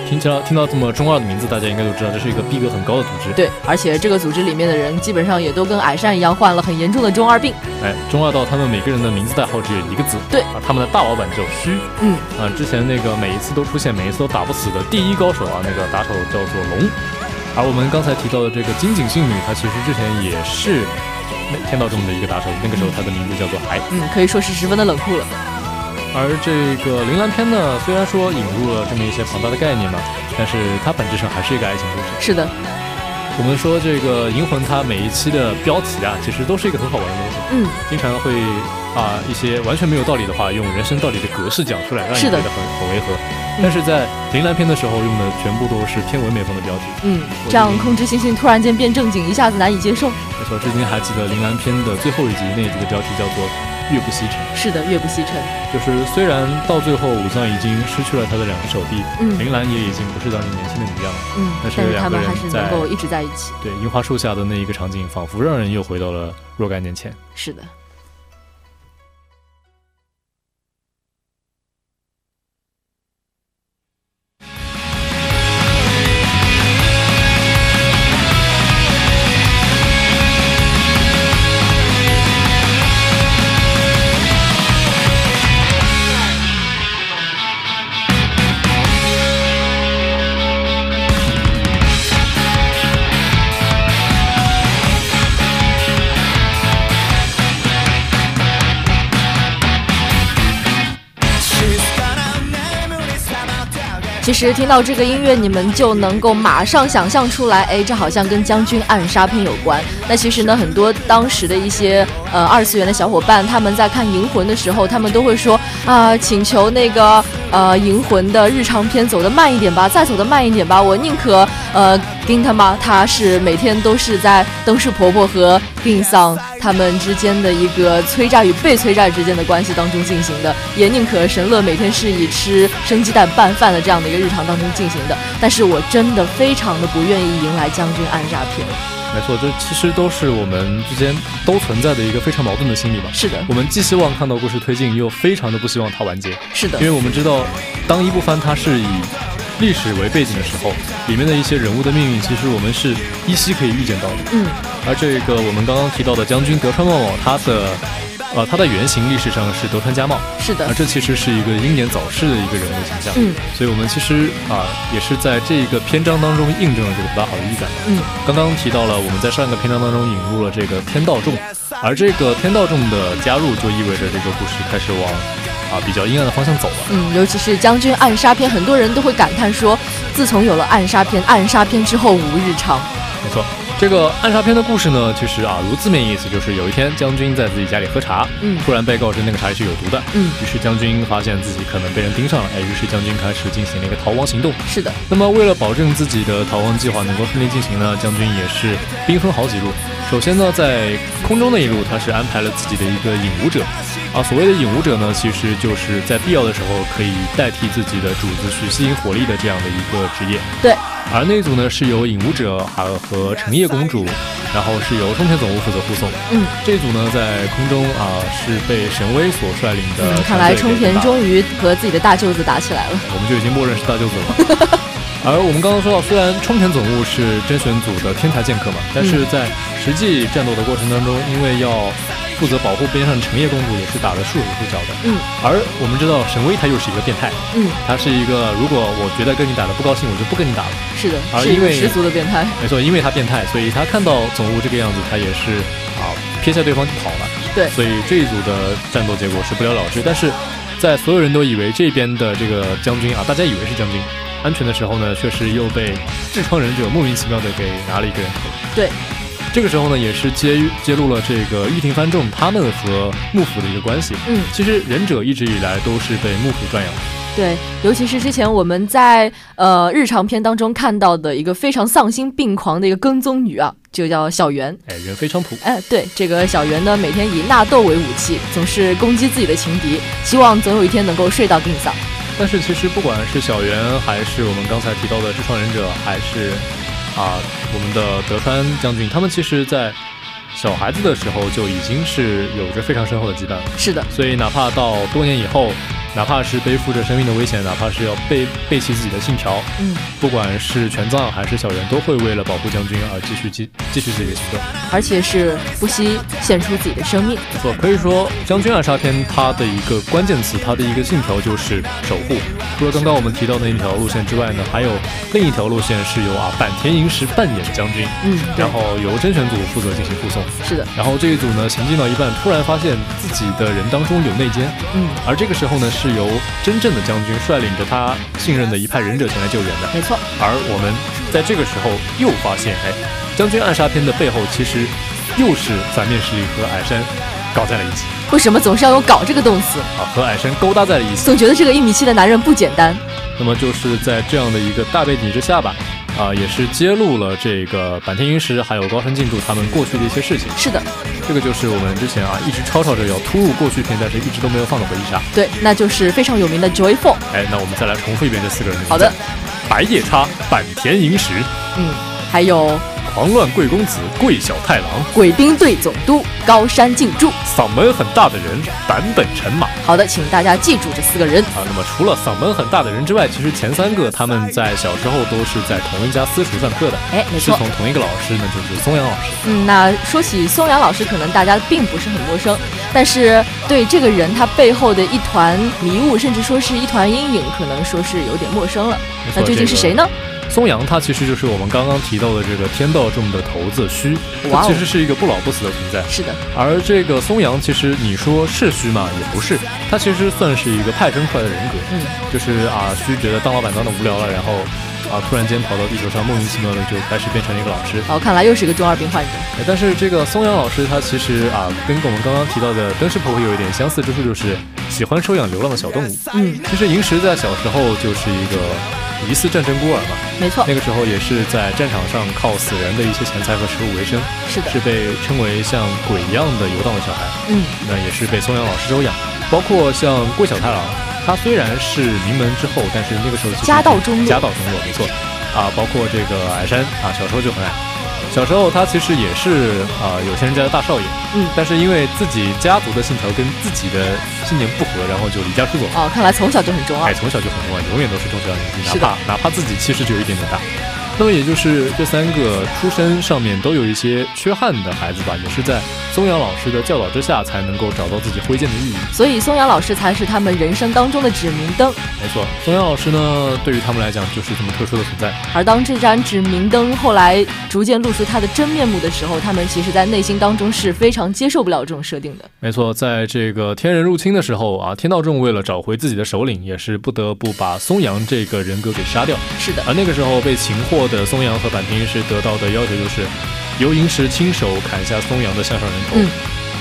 听起来听到这么中二的名字，大家应该都知道这是一个逼格很高的组织。
对，而且这个组织里面的人基本上也都跟矮善一样患了很严重的中二病。
哎，中二到他们每个人的名字代号只有一个字，
对
啊，他们的大老板叫虚，
嗯，
啊，之前那个每一次都出现，每一次都打不死的第一高手啊，那个打手啊叫做龙，而我们刚才提到的这个金井信女，她其实之前也是签到这么的一个打手，那个时候他的名字叫做海，
嗯，可以说是十分的冷酷了。
而这个铃兰篇呢，虽然说引入了这么一些庞大的概念嘛，但是它本质上还是一个爱情故事。
是的，
我们说这个银魂，它每一期的标题啊，其实都是一个很好玩的东西。
嗯，
经常会把一些完全没有道理的话，用人生道理的格式讲出来，让你觉得很很违和。
嗯
但是在铃兰篇的时候，用的全部都是偏唯美风的标题。
嗯，这样控制星星突然间变正经，一下子难以接受。
没错，至今还记得铃兰篇的最后一集，那一集的标题叫做。岳不西城
是的，岳不西城
就是虽然到最后武藏已经失去了他的两只手臂，
嗯，
铃兰也已经不是当年年轻的模样了，
嗯，
但是两个人
还是能够一直在一起。
对，樱花树下的那一个场景，仿佛让人又回到了若干年前。
是的。其实听到这个音乐，你们就能够马上想象出来，哎，这好像跟将军暗杀片有关。那其实呢，很多当时的一些呃二次元的小伙伴，他们在看《银魂》的时候，他们都会说啊、呃，请求那个呃《银魂》的日常片走得慢一点吧，再走得慢一点吧，我宁可呃丁他妈他是每天都是在灯市婆婆和丁桑他们之间的一个催债与被催债之间的关系当中进行的，也宁可神乐每天是以吃生鸡蛋拌饭的这样的一个。日常当中进行的，但是我真的非常的不愿意迎来将军暗杀片。
没错，这其实都是我们之间都存在的一个非常矛盾的心理吧。
是的，
我们既希望看到故事推进，又非常的不希望它完结。
是的，
因为我们知道，当一部番它是以历史为背景的时候，里面的一些人物的命运，其实我们是依稀可以预见到的。
嗯，
而这个我们刚刚提到的将军德川望望，他的。呃，他的原型历史上是德川家茂，
是的，
而啊这其实是一个英年早逝的一个人物形象，
嗯，
所以我们其实啊、呃、也是在这个篇章当中印证了这个不大好的预感，啊
嗯，
刚刚提到了我们在上一个篇章当中引入了这个天道众，而这个天道众的加入就意味着这个故事开始往啊、呃、比较阴暗的方向走了，
嗯，尤其是将军暗杀篇，很多人都会感叹说，自从有了暗杀篇，暗杀篇之后无日常，
没错。这个暗杀片的故事呢，其实啊，如字面意思就是有一天将军在自己家里喝茶，
嗯，
突然被告知那个茶里是有毒的，
嗯，
于是将军发现自己可能被人盯上了，哎，于是将军开始进行了一个逃亡行动。
是的。
那么为了保证自己的逃亡计划能够顺利进行呢，将军也是兵分好几路。首先呢，在空中那一路，他是安排了自己的一个引舞者，啊，所谓的引舞者呢，其实就是在必要的时候可以代替自己的主子去吸引火力的这样的一个职业。
对。
而那组呢是由影舞者还有和橙叶公主，然后是由冲田总务负责护送。
嗯，
这组呢在空中啊是被神威所率领的、
嗯。看来冲田终于和自己的大舅子打起来了。
我们就已经默认是大舅子 了。而我们刚刚说到，虽然冲田总务是甄选组的天才剑客嘛，但是在实际战斗的过程当中，因为要负责保护边上橙叶公主，也是打得束手束脚的。
嗯，
而我们知道神威他又是一个变态。
嗯，
他是一个如果我觉得跟你打的不高兴，我就不跟你打了。
是的，
而因为
十足的变态。
没错，因为他变态，所以他看到总务这个样子，他也是啊撇下对方就跑了。
对，
所以这一组的战斗结果是不了了之。但是在所有人都以为这边的这个将军啊，大家以为是将军。安全的时候呢，却是又被痔疮忍者莫名其妙的给拿了一个人头。
对，
这个时候呢，也是揭揭露了这个玉庭番众他们和幕府的一个关系。
嗯，
其实忍者一直以来都是被幕府转养。
对，尤其是之前我们在呃日常片当中看到的一个非常丧心病狂的一个跟踪女啊，就叫小圆。
哎，人非常土。
哎，对，这个小圆呢，每天以纳豆为武器，总是攻击自己的情敌，希望总有一天能够睡到定丧。
但是其实不管是小圆，还是我们刚才提到的智创忍者，还是啊我们的德川将军，他们其实，在小孩子的时候就已经是有着非常深厚的羁绊了。
是的，
所以哪怕到多年以后。哪怕是背负着生命的危险，哪怕是要背背弃自己的信条，
嗯，
不管是权杖还是小人，都会为了保护将军而继续继继续自己的行动，
而且是不惜献出自己的生命。
没错，可以说《将军暗杀篇》它的一个关键词，它的一个信条就是守护。除了刚刚我们提到的那条路线之外呢，还有另一条路线是由啊坂田银时扮演将军，
嗯，
然后由甄选组负责进行护送。
是的，
然后这一组呢行进到一半，突然发现自己的人当中有内奸，
嗯，
而这个时候呢是由真正的将军率领着他信任的一派忍者前来救援的，
没错。
而我们在这个时候又发现，哎，将军暗杀篇的背后其实又是反面势力和矮山搞在了一起，
为什么总是要用“搞”这个动词？
啊，和矮山勾搭在了一起。
总觉得这个一米七的男人不简单。
那么就是在这样的一个大背景之下吧，啊、也是揭露了这个坂田银时还有高山进助他们过去的一些事情。
是的，
这个就是我们之前啊一直吵吵着要突入过去篇，但是一直都没有放的回忆杀。
对，那就是非常有名的 Joyful。
哎，那我们再来重复一遍这四个人的名字
好的，
白夜叉、坂田银时、
嗯，还有
狂乱贵公子、贵小太郎、
鬼兵队总督高山静助。
嗓门很大的人坂本辰马。
好的，请大家记住这四个人。
啊，那么除了嗓门很大的人之外，其实前三个他们在小时候都是在同一家私塾上课的，
哎没
是
错
从同一个老师呢，就是松阳老师。
嗯，那说起松阳老师，可能大家并不是很陌生，但是对这个人他背后的一团迷雾，甚至说是一团阴影，可能说是有点陌生了
没。错
那究竟是谁呢？
松阳他其实就是我们刚刚提到的这个天道众的头子虚，他
哇哦
其实是一个不老不死的存在。
是的，
而这个松阳其实你说是虚嘛，也不是，他其实算是一个派生出来的人格。
嗯，
就是啊，虚觉得当老板当的无聊了，然后啊，突然间跑到地球上，莫名其妙的就开始变成了一个老师。
哦，看来又是一个中二病患者。
哎但是这个松阳老师他其实啊，跟我们刚刚提到的灯师婆会有一点相似之处，就是喜欢收养流浪的小动物。
嗯，
其实银石在小时候就是一个疑似战争孤儿嘛，
没错
那个时候也是在战场上靠死人的一些钱财和食物为生，
是的
是被称为像鬼一样的游荡的小孩。
嗯，
那也是被松阳老师收养，包括像桂小太郎，他虽然是名门之后，但是那个时候其实
家道中落
家道中落没错。啊，包括这个矮山啊，小时候就很矮。小时候他其实也是啊、有钱人家的大少爷，
嗯
但是因为自己家族的信条跟自己的信念不合，然后就离家出走了。
哦，看来从小就很中
哎，
二。
从小就很重要，永远都是重要的年纪，哪
是的
怕哪怕自己气势就有一点点大。那么也就是这三个出身上面都有一些缺憾的孩子吧，也是在松阳老师的教导之下，才能够找到自己挥剑的意义。
所以松阳老师才是他们人生当中的指明灯。
没错，松阳老师呢，对于他们来讲就是这么特殊的存在。
而当这盏指明灯后来逐渐露出它的真面目的时候，他们其实在内心当中是非常接受不了这种设定的。
没错，在这个天人入侵的时候啊，天道众为了找回自己的首领，也是不得不把松阳这个人格给杀掉。
是的，
而那个时候被擒获的松阳和坂田银时得到的要求就是，由银时亲手砍下松阳的项上人头。
嗯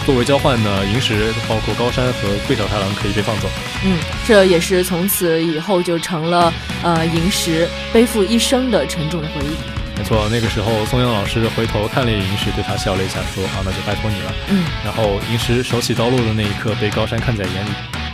作为交换呢，银时包括高山和桂小太郎可以被放走。
嗯，这也是从此以后就成了呃银石背负一生的沉重的回忆。
没错，那个时候松阳老师回头看了眼银时，对他笑了一下，说：“啊，那就拜托你了。”
嗯，
然后银时手起刀落的那一刻，被高山看在眼里，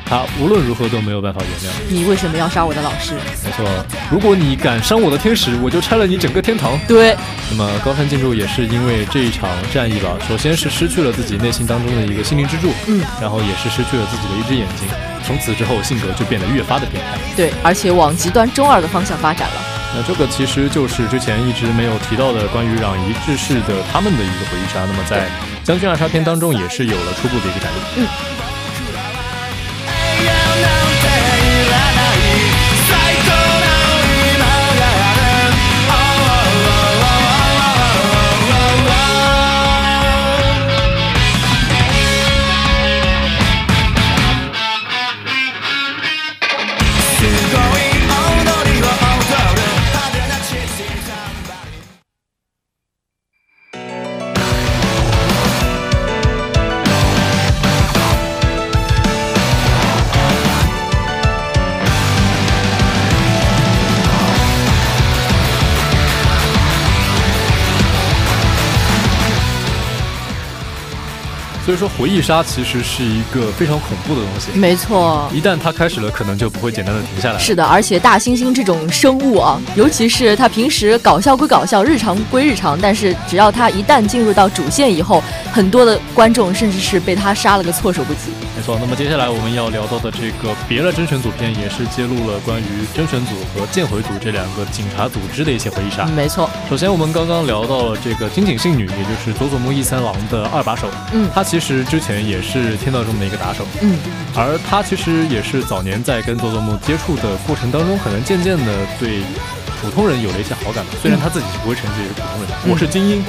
他无论如何都没有办法原谅。
你为什么要杀我的老师？
没错，如果你敢伤我的天使，我就拆了你整个天堂。
对，
那么高山进驻也是因为这一场战役吧，首先是失去了自己内心当中的一个心灵支柱，
嗯，
然后也是失去了自己的一只眼睛，从此之后性格就变得越发的变态。
对，而且往极端中二的方向发展了。
那这个其实就是之前一直没有提到的关于攘夷志士的他们的一个回忆杀。那么在《将军暗杀篇》当中也是有了初步的一个展
嗯
露。所以说，回忆杀其实是一个非常恐怖的东西。
没错。
一旦它开始了，可能就不会简单的停下来了。
是的，而且大猩猩这种生物啊，尤其是它平时搞笑归搞笑，日常归日常，但是只要它一旦进入到主线以后，很多的观众甚至是被它杀了个措手不及。
没没错，那么接下来我们要聊到的这个别了真选组片，也是揭露了关于真选组和剑回组这两个警察组织的一些回忆杀。
啊没错，
首先我们刚刚聊到了这个金井信女，也就是佐佐木一三郎的二把手。
嗯，
她其实之前也是天道中的一个打手。
嗯，
而她其实也是早年在跟佐佐木接触的过程当中，可能渐渐的对普通人有了一些好感吧。虽然她自己不会承认自己是普通人，
嗯
我是精英。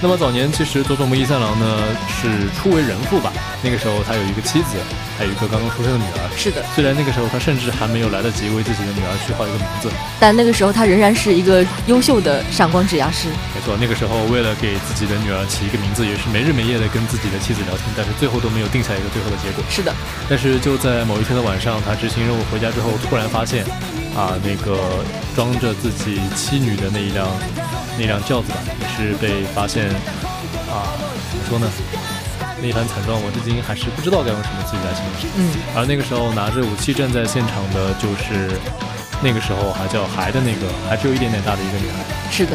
那么早年其实佐佐木一三郎呢是初为人父吧，那个时候他有一个妻子，还有一个刚刚出生的女儿。
是的
虽然那个时候他甚至还没有来得及为自己的女儿去画一个名字，
但那个时候他仍然是一个优秀的闪光指压师。
没错，那个时候为了给自己的女儿起一个名字，也是没日没夜的跟自己的妻子聊天，但是最后都没有定下一个最后的结果。
是的，
但是就在某一天的晚上，他执行任务回家之后，突然发现，啊，那个装着自己妻女的那一辆那辆轿子吧，也是被发现，啊，怎么说呢？那一番惨状，我至今还是不知道该用什么词语来形容。
嗯，
而那个时候拿着武器站在现场的，就是那个时候还叫孩的那个，还只有一点点大的一个女孩。
是的，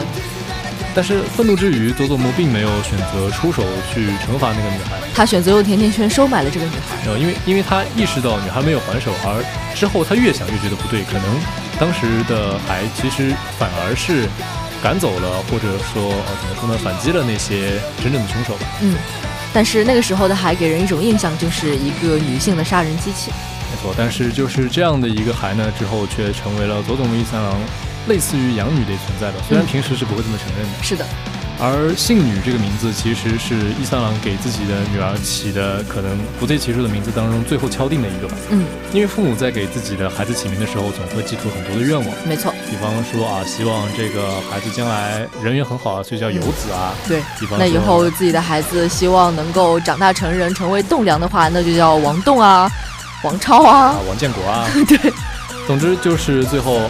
但是愤怒之余，佐佐木并没有选择出手去惩罚那个女孩，
他选择用甜甜圈收买了这个女孩。
呃，因为因为他意识到女孩没有还手，而之后他越想越觉得不对，可能当时的还其实反而是赶走了，或者说呃怎么说呢，反击了那些真正的凶手吧。
嗯，但是那个时候的还给人一种印象，就是一个女性的杀人机器。
没错，但是就是这样的一个孩呢，之后却成为了佐佐木一三郎类似于养女的存在吧，虽然
嗯
平时是不会这么承认的。
是的，
而信女这个名字其实是伊三郎给自己的女儿起的，可能不计其数的名字当中最后敲定的一个吧。
嗯，
因为父母在给自己的孩子起名的时候，总会寄托很多的愿望，
没错。
比方说啊，希望这个孩子将来人缘很好啊，所以叫游子啊。
对
比方说
那以后自己的孩子希望能够长大成人，成为栋梁的话，那就叫王栋啊，王超啊
啊，，王建国啊， 对，总之就是最后，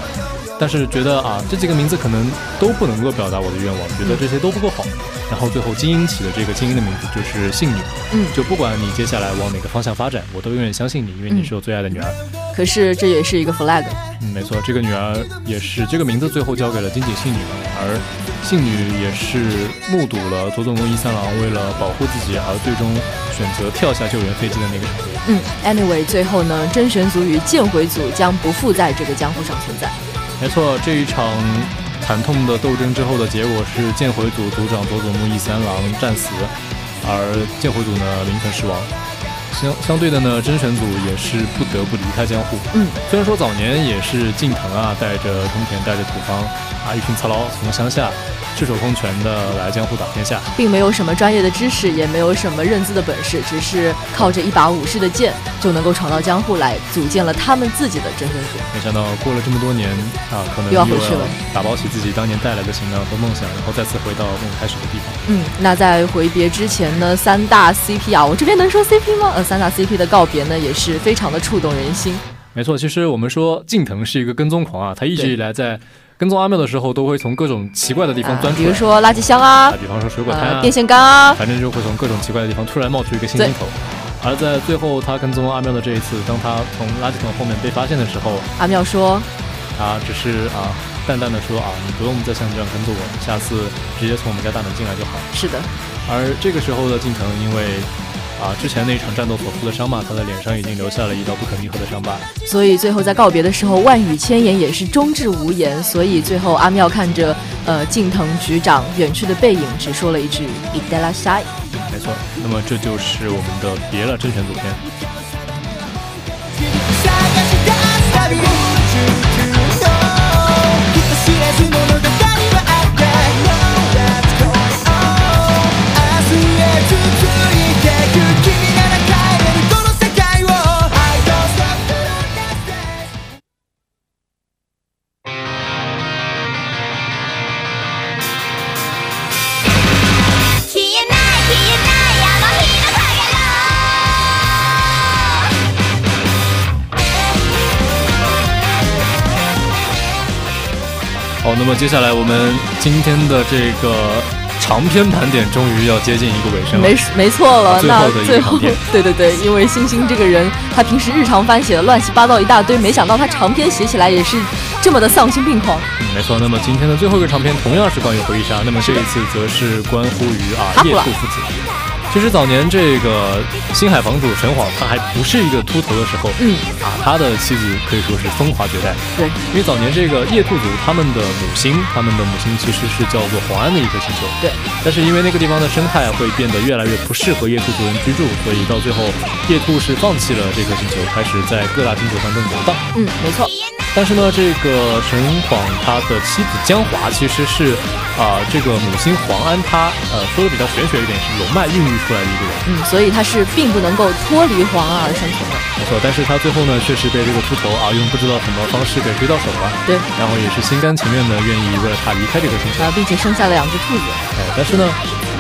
但是觉得啊，这几个名字可能都不能够表达我的愿望，觉得这些都不够好，然后最后精英起的这个精英的名字就是信女，
嗯
就不管你接下来往哪个方向发展，我都永远相信你，因为你是我最爱的女儿。
可是这也是一个 flag。
嗯，没错，这个女儿也是这个名字最后交给了金井信女，而信女也是目睹了佐佐木一三郎为了保护自己而最终选择跳下救援飞机的那个场面。
嗯，anyway，最后呢，甄选组与剑回组将不复在这个江湖上存在。
没错，这一场惨痛的斗争之后的结果是剑回组组长佐佐木一三郎战死，而剑回组呢临阵死亡。相相对的呢，甄选组也是不得不离开江湖。
嗯，
虽然说早年也是近藤啊，带着中田，带着土方啊，一群操劳从乡下赤手空拳的来江湖打天下。
并没有什么专业的知识，也没有什么认字的本事，只是靠着一把武士的剑就能够闯到江湖来，组建了他们自己的真身组。
没想到过了这么多年啊，可能又
又要
要
回去了
打包起自己当年带来的行囊和梦想，然后再次回到梦开始的地方。
嗯，那在挥别之前呢，三大 CP 啊，我这边能说 CP 吗？呃，三大 CP 的告别呢，也是非常的触动人心。
没错，其实我们说近藤是一个跟踪狂啊，他一直以来在跟踪阿妙的时候，都会从各种奇怪的地方钻出
啊比
来，
如说垃圾箱啊
啊，比方说水果摊啊、
呃电线杆啊
反正就会从各种奇怪的地方突然冒出一个新
对
镜头。而在最后他跟踪阿妙的这一次，当他从垃圾桶后面被发现的时候，
阿妙说，
他只是啊淡淡的说啊，你不用再像这样跟踪我，下次直接从我们家大门进来就好。
是的，
而这个时候的近藤，因为啊之前那一场战斗所受的伤疤，他的脸上已经留下了一道不可弥合的伤疤。
所以最后在告别的时候，万语千言也是终至无言。所以最后阿妙看着呃近藤局长远去的背影，只说了一句“伊德拉沙
没错，那么这就是我们的别了甄选组片。
旅の中途人知れず物語はあった No, that's going on 明日へ続いてく君なら変えれるこの世界を I don't stop
消えない消えないあの日の
好，那么接下来我们今天的这个长篇盘点终于要接近一个尾”，声了。
没没错了。
最
那
后的一
最
个
后
长篇。，
对对对，因为星星这个人，他平时日常番写的乱七八糟一大堆，没想到他长篇写起来也是这么的丧心病狂。
嗯没错，那么今天的最后一个长篇同样是关于回忆杀，那么这一次则是关乎于啊
哈
夜
布拉
宿父子。其实早年这个新海房主陈晃他还不是一个秃头的时候，
嗯，
啊，他的妻子可以说是风华绝代。
对，
因为早年这个夜兔族他们的母星，他们的母星其实是叫做黄安的一颗星球。
对，
但是因为那个地方的生态会变得越来越不适合夜兔族人居住，所以到最后夜兔是放弃了这颗星球，开始在各大星球上更游荡。
嗯，没错。
但是呢，这个陈晃他的妻子江华其实是啊、这个母星黄安他呃说的比较玄学一点，是龙脉孕育出来的一个人。
嗯，所以它是并不能够脱离黄安而生存的。
没错，但是他最后呢，确实被这个秃头啊，用不知道什么方式给追到手了。
对，
然后也是心甘情愿的愿意为了他离开这个星球。
啊，并且生下了两只兔子。
哎，但是呢，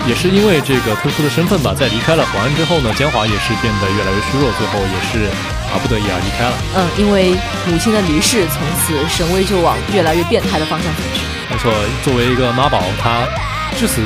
也是因为这个特殊的身份吧，在离开了黄安之后呢，江华也是变得越来越虚弱，最后也是啊不得已而离开了。
嗯，因为母亲的离世，从此神威就往越来越变态的方向走去。
没错，作为一个妈宝，他至死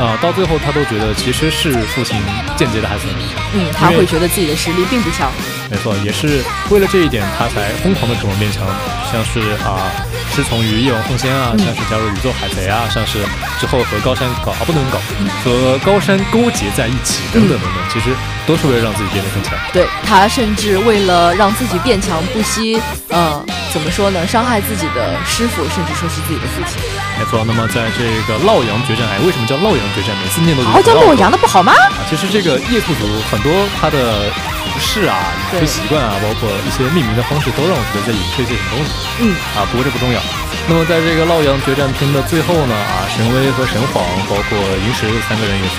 啊、到最后他都觉得其实是父亲间接的害死的。
嗯，他
因
会
为
觉得自己的实力并不强。
没错，也是为了这一点，他才疯狂的渴望变强，像是啊，师从于夜王奉先啊，
嗯
像是加入宇宙海贼啊，像是之后和高山搞啊不能搞，和高山勾结在一起等等等等，
嗯
其实都是为了让自己变得更强。
对他甚至为了让自己变强，不惜呃怎么说呢，伤害自己的师傅，甚至说是自己的父亲。
没错，那么在这个洛阳决战，哎，为什么叫洛阳决战？每次念都觉得
哦，叫
很绕
洛
口
阳的不好吗？
啊，其实这个夜兔族很多它的服饰啊、饮食习惯啊，包括一些命名的方式，都让我觉得在影射一些什么东西。
嗯，
啊，不过这不重要。那么在这个洛阳决战篇的最后呢，啊，神威和神皇，包括银石三个人也是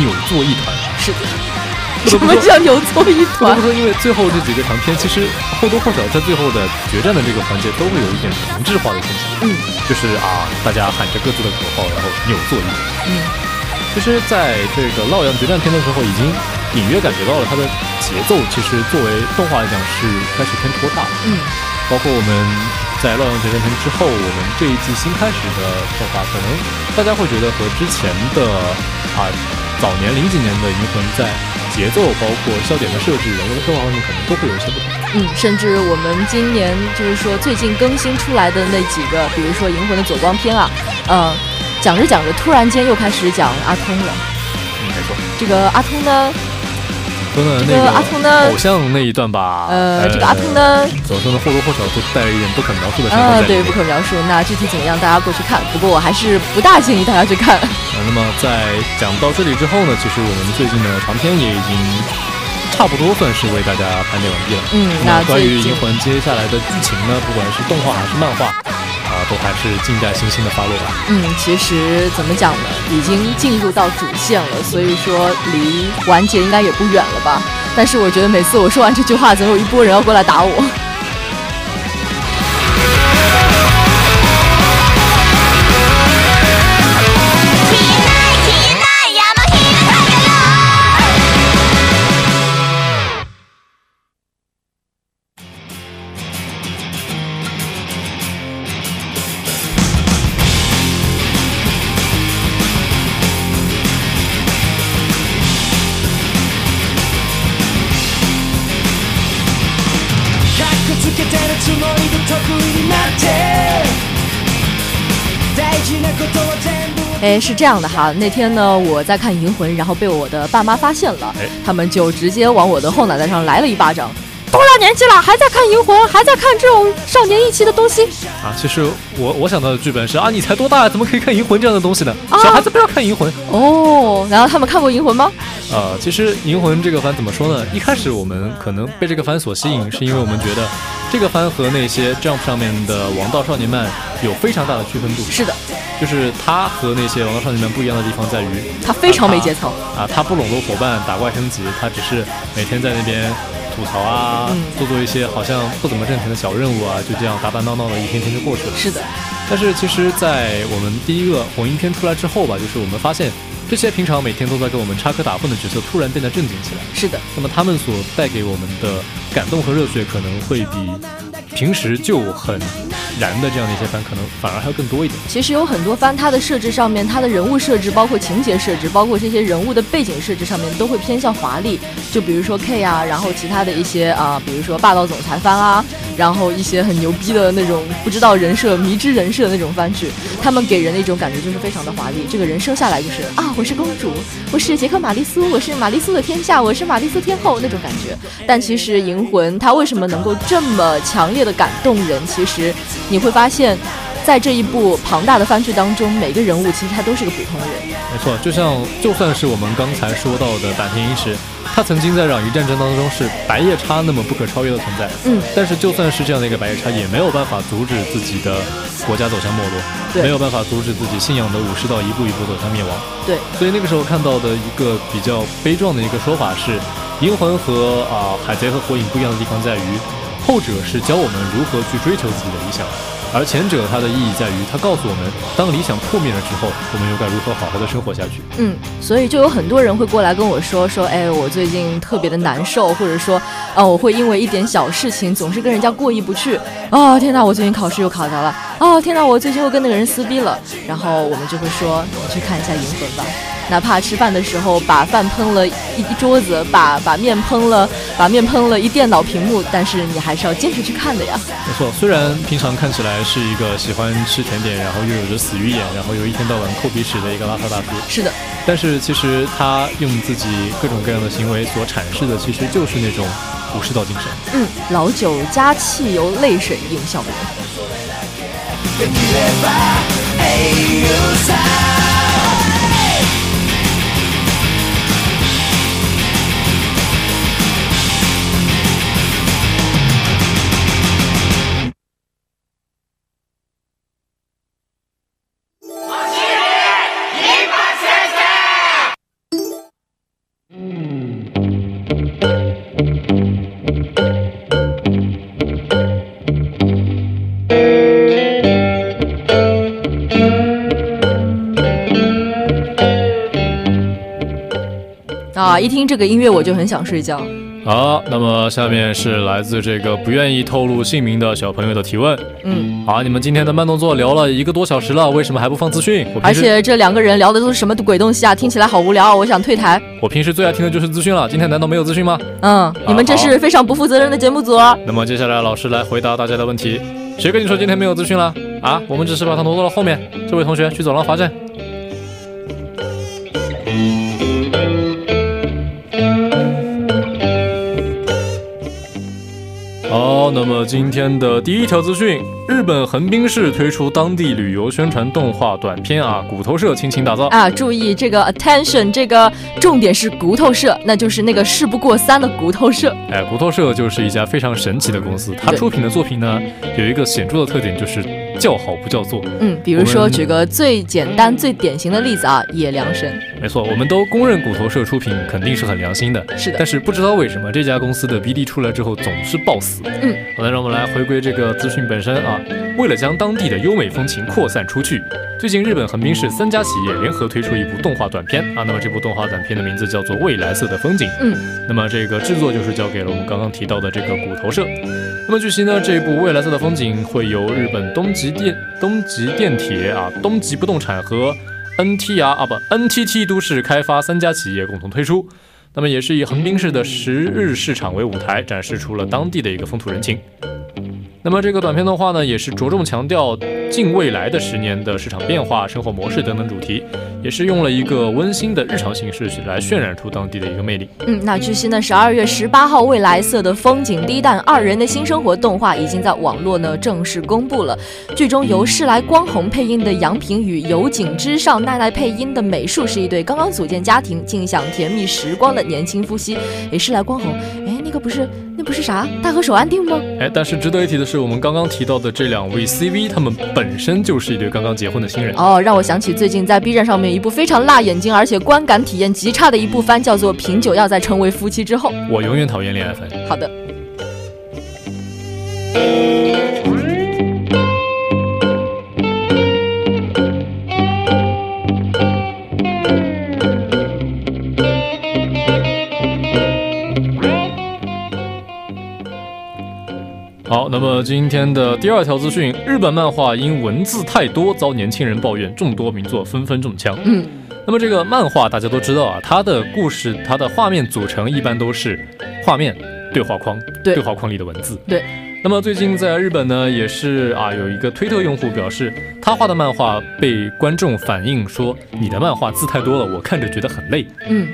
扭作一团。
是的。
什
么叫扭作一团？
不得不说，因为最后这几个长篇，其实或多或少在最后的决战的这个环节都会有一点同质化的现象。
嗯，
就是啊，大家喊着各自的口号，然后扭作一团。
嗯，
其实，在这个《洛阳决战篇》的时候，已经隐约感觉到了它的节奏，其实作为动画来讲是开始偏拖大了。
嗯，
包括我们在《洛阳决战篇》之后，我们这一季新开始的动画，可能大家会觉得和之前的啊早年零几年的《银魂》在节奏、包括笑点的设置、人物的刻画方面，可能都会有一些不同。
嗯，甚至我们今年就是说最近更新出来的那几个，比如说《银魂》的左光篇啊，呃，讲着讲着，突然间又开始讲阿通了。
嗯，没错。
这个阿通呢，
说呢，
这
那
个
个
阿童呢
偶像那一段吧，
呃这个阿童呢
怎么说呢，或多或少都带了一点不可描述的成分在
啊，
里
对，
面。
不可描述。那具体怎么样，大家过去看。不过我还是不大建议大家去看。
呃，那么在讲到这里之后呢，其实我们最近的长篇也已经差不多算是为大家盘点完毕了。
嗯那
关于
最
《
近
银魂》接下来的剧情呢，不管是动画还是漫画，啊、都还是静待星星的发落吧。
嗯，其实怎么讲呢，已经进入到主线了，所以说离完结应该也不远了吧。但是我觉得每次我说完这句话，总有一波人要过来打我。
かっこつけてるつもりで得意になって大事なことは全部
哎，是这样的哈，那天呢我在看《银魂》，然后被我的爸妈发现了，他们就直接往我的后脑袋上来了一巴掌。多大年纪了，还在看《银魂》，还在看这种少年意气的东西？
啊，其实我我想到的剧本是啊，你才多大，怎么可以看《银魂》这样的东西呢？
啊
小孩子不要看《银魂》。
哦，然后他们看过《银魂》吗？
呃，其实《银魂》这个番怎么说呢？一开始我们可能被这个番所吸引，是因为我们觉得这个番和那些 Jump 上面的王道少年漫有非常大的区分度。
是的，
就是它和那些王道少年漫不一样的地方在于，
它非常没节操
啊，它不笼络伙伴，打怪升级，它只是每天在那边吐槽啊，
嗯
做做一些好像不怎么挣钱的小任务啊，就这样打打闹闹的一天天就过去了。
是的，
但是其实，在我们第一个红樱篇出来之后吧，就是我们发现这些平常每天都在跟我们插科打诨的角色，突然变得正经起来。
是的，
那么他们所带给我们的感动和热血，可能会比平时就很燃的这样的一些番，可能反而还要更多一点。
其实有很多番，它的设置上面，它的人物设置，包括情节设置，包括这些人物的背景设置上面，都会偏向华丽。就比如说 K 啊，然后其他的一些啊，比如说霸道总裁番啊，然后一些很牛逼的那种不知道人设、迷之人设的那种番剧，他们给人的一种感觉就是非常的华丽。这个人生下来就是啊，我我是公主，我是杰克玛丽苏，我是玛丽苏的天下，我是玛丽苏天后那种感觉。但其实《银魂》它为什么能够这么强烈的感动人？其实你会发现。在这一部庞大的番剧当中，每个人物其实他都是个普通人。
没错，就像就算是我们刚才说到的坂田一时，他曾经在攘夷战争当中是白夜叉那么不可超越的存在。
嗯，
但是就算是这样的一个白夜叉，也没有办法阻止自己的国家走向没落，没有办法阻止自己信仰的武士道一步一步走向灭亡。
对，
所以那个时候看到的一个比较悲壮的一个说法是，银魂和啊、呃、海贼和火影不一样的地方在于，后者是教我们如何去追求自己的理想。而前者它的意义在于，它告诉我们，当理想破灭了之后，我们又该如何好好的生活下去。
嗯，所以就有很多人会过来跟我说说，哎，我最近特别的难受，或者说，啊、呃，我会因为一点小事情总是跟人家过意不去。哦，天哪，我最近考试又考砸了。哦，天哪，我最近又跟那个人撕逼了。然后我们就会说，你去看一下《银魂》吧。哪怕吃饭的时候把饭喷了一一桌子，把把面喷了，把面喷了一电脑屏幕，但是你还是要坚持去看的呀。
没错，虽然平常看起来是一个喜欢吃甜点，然后又有着死鱼眼，然后又一天到晚抠鼻屎的一个邋遢大叔，
是的，
但是其实他用自己各种各样的行为所阐释的，其实就是那种武士道精神。
嗯，老酒加汽油，泪水映笑容。啊！一听这个音乐，我就很想睡觉。
好，那么下面是来自这个不愿意透露姓名的小朋友的提问。
嗯，
好，你们今天的慢动作聊了一个多小时了，为什么还不放资讯？
而且这两个人聊的都是什么鬼东西啊？听起来好无聊啊！我想退台。
我平时最爱听的就是资讯了，今天难道没有资讯吗？
嗯，你们这是非常不负责任的节目组、啊。
那么接下来老师来回答大家的问题。谁跟你说今天没有资讯了？啊，我们只是把它挪到了后面。这位同学去走廊罚站。好，那么今天的第一条资讯，日本横滨市推出当地旅游宣传动画短片啊，骨头社倾情打造
啊，注意这个 attention，这个重点是骨头社，那就是那个事不过三的骨头社。
哎，骨头社就是一家非常神奇的公司，它出品的作品呢有一个显著的特点就是叫好不叫座。
嗯，比如说举个最简单、最典型的例子啊，野良神。
没错，我们都公认骨头社出品肯定是很良心的，
是的。
但是不知道为什么这家公司的 BD 出来之后总是爆死。
嗯，
好的，让我们来回归这个资讯本身啊。为了将当地的优美风情扩散出去，最近日本横滨市三家企业联合推出一部动画短片啊。那么这部动画短片的名字叫做《未来色的风景》。
嗯，
那么这个制作就是交给了我们刚刚提到的这个骨头社。那么据悉呢，这一部《未来色的风景》会由日本东极电东极电铁啊、东极不动产和 NTR 啊不 NTT 都市开发三家企业共同推出。那么也是以横滨市的十日市场为舞台，展示出了当地的一个风土人情。那么这个短片动画呢，也是着重强调近未来的十年的市场变化、生活模式等等主题，也是用了一个温馨的日常形式来渲染出当地的一个魅力。
嗯，那据悉呢，十二月十八号，未来色的风景第一弹二人的新生活动画已经在网络呢正式公布了。剧中由世来光弘配音的杨平与有井之上奈奈配音的美术，是一对刚刚组建家庭、尽享甜蜜时光的年轻夫妻。诶，世来光弘，诶，那个不是。那不是啥大和手安定吗？
哎，但是值得一提的是，我们刚刚提到的这两位 CV，他们本身就是一对刚刚结婚的新人。
哦，让我想起最近在 B 站上面一部非常辣眼睛，而且观感体验极差的一部番，叫做《品酒要在成为夫妻之后》。
我永远讨厌恋爱番。
好的。
好，那么今天的第二条资讯，日本漫画因文字太多遭年轻人抱怨，众多名作纷纷中枪。
嗯，
那么这个漫画大家都知道啊，它的故事、它的画面组成一般都是画面、对话框、
对
话框里的文字。
对，
那么最近在日本呢，也是啊，有一个推特用户表示，他画的漫画被观众反映说，你的漫画字太多了，我看着觉得很累。
嗯。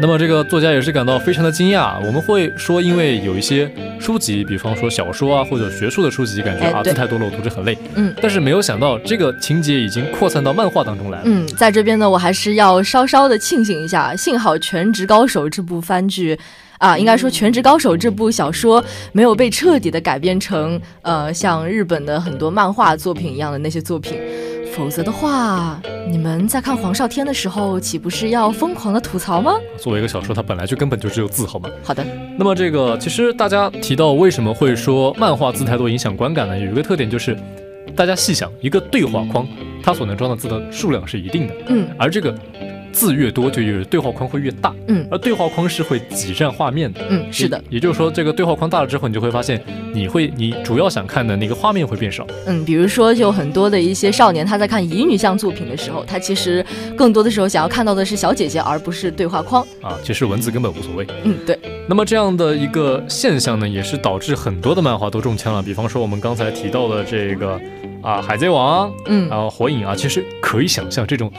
那么这个作家也是感到非常的惊讶。我们会说，因为有一些书籍，比方说小说啊，或者学术的书籍，感觉
哎
啊
对
字太多了，我读着很累。
嗯
但是没有想到，这个情节已经扩散到漫画当中来了。
嗯，在这边呢，我还是要稍稍的庆幸一下，幸好《全职高手》这部番剧。啊，应该说《全职高手》这部小说没有被彻底的改编成，呃，像日本的很多漫画作品一样的那些作品，否则的话，你们在看黄少天的时候，岂不是要疯狂的吐槽吗？
作为一个小说，它本来就根本就只有字，好吗？
好的，
那么这个其实大家提到为什么会说漫画字太多影响观感呢？有一个特点就是，大家细想，一个对话框它所能装的字的数量是一定的，
嗯，
而这个字越多，就越对话框会越大，
嗯，
而对话框是会挤占画面的，
嗯是的
也，也就是说这个对话框大了之后，你就会发现你会你主要想看的那个画面会变少，
嗯，比如说，有很多的一些少年，他在看乙女向作品的时候，他其实更多的时候想要看到的是小姐姐，而不是对话框。
啊，其实文字根本无所谓。
嗯，对，
那么这样的一个现象呢，也是导致很多的漫画都中枪了。比方说我们刚才提到的这个啊，《海贼王》，
嗯
然后《火影》啊，其实可以想象这种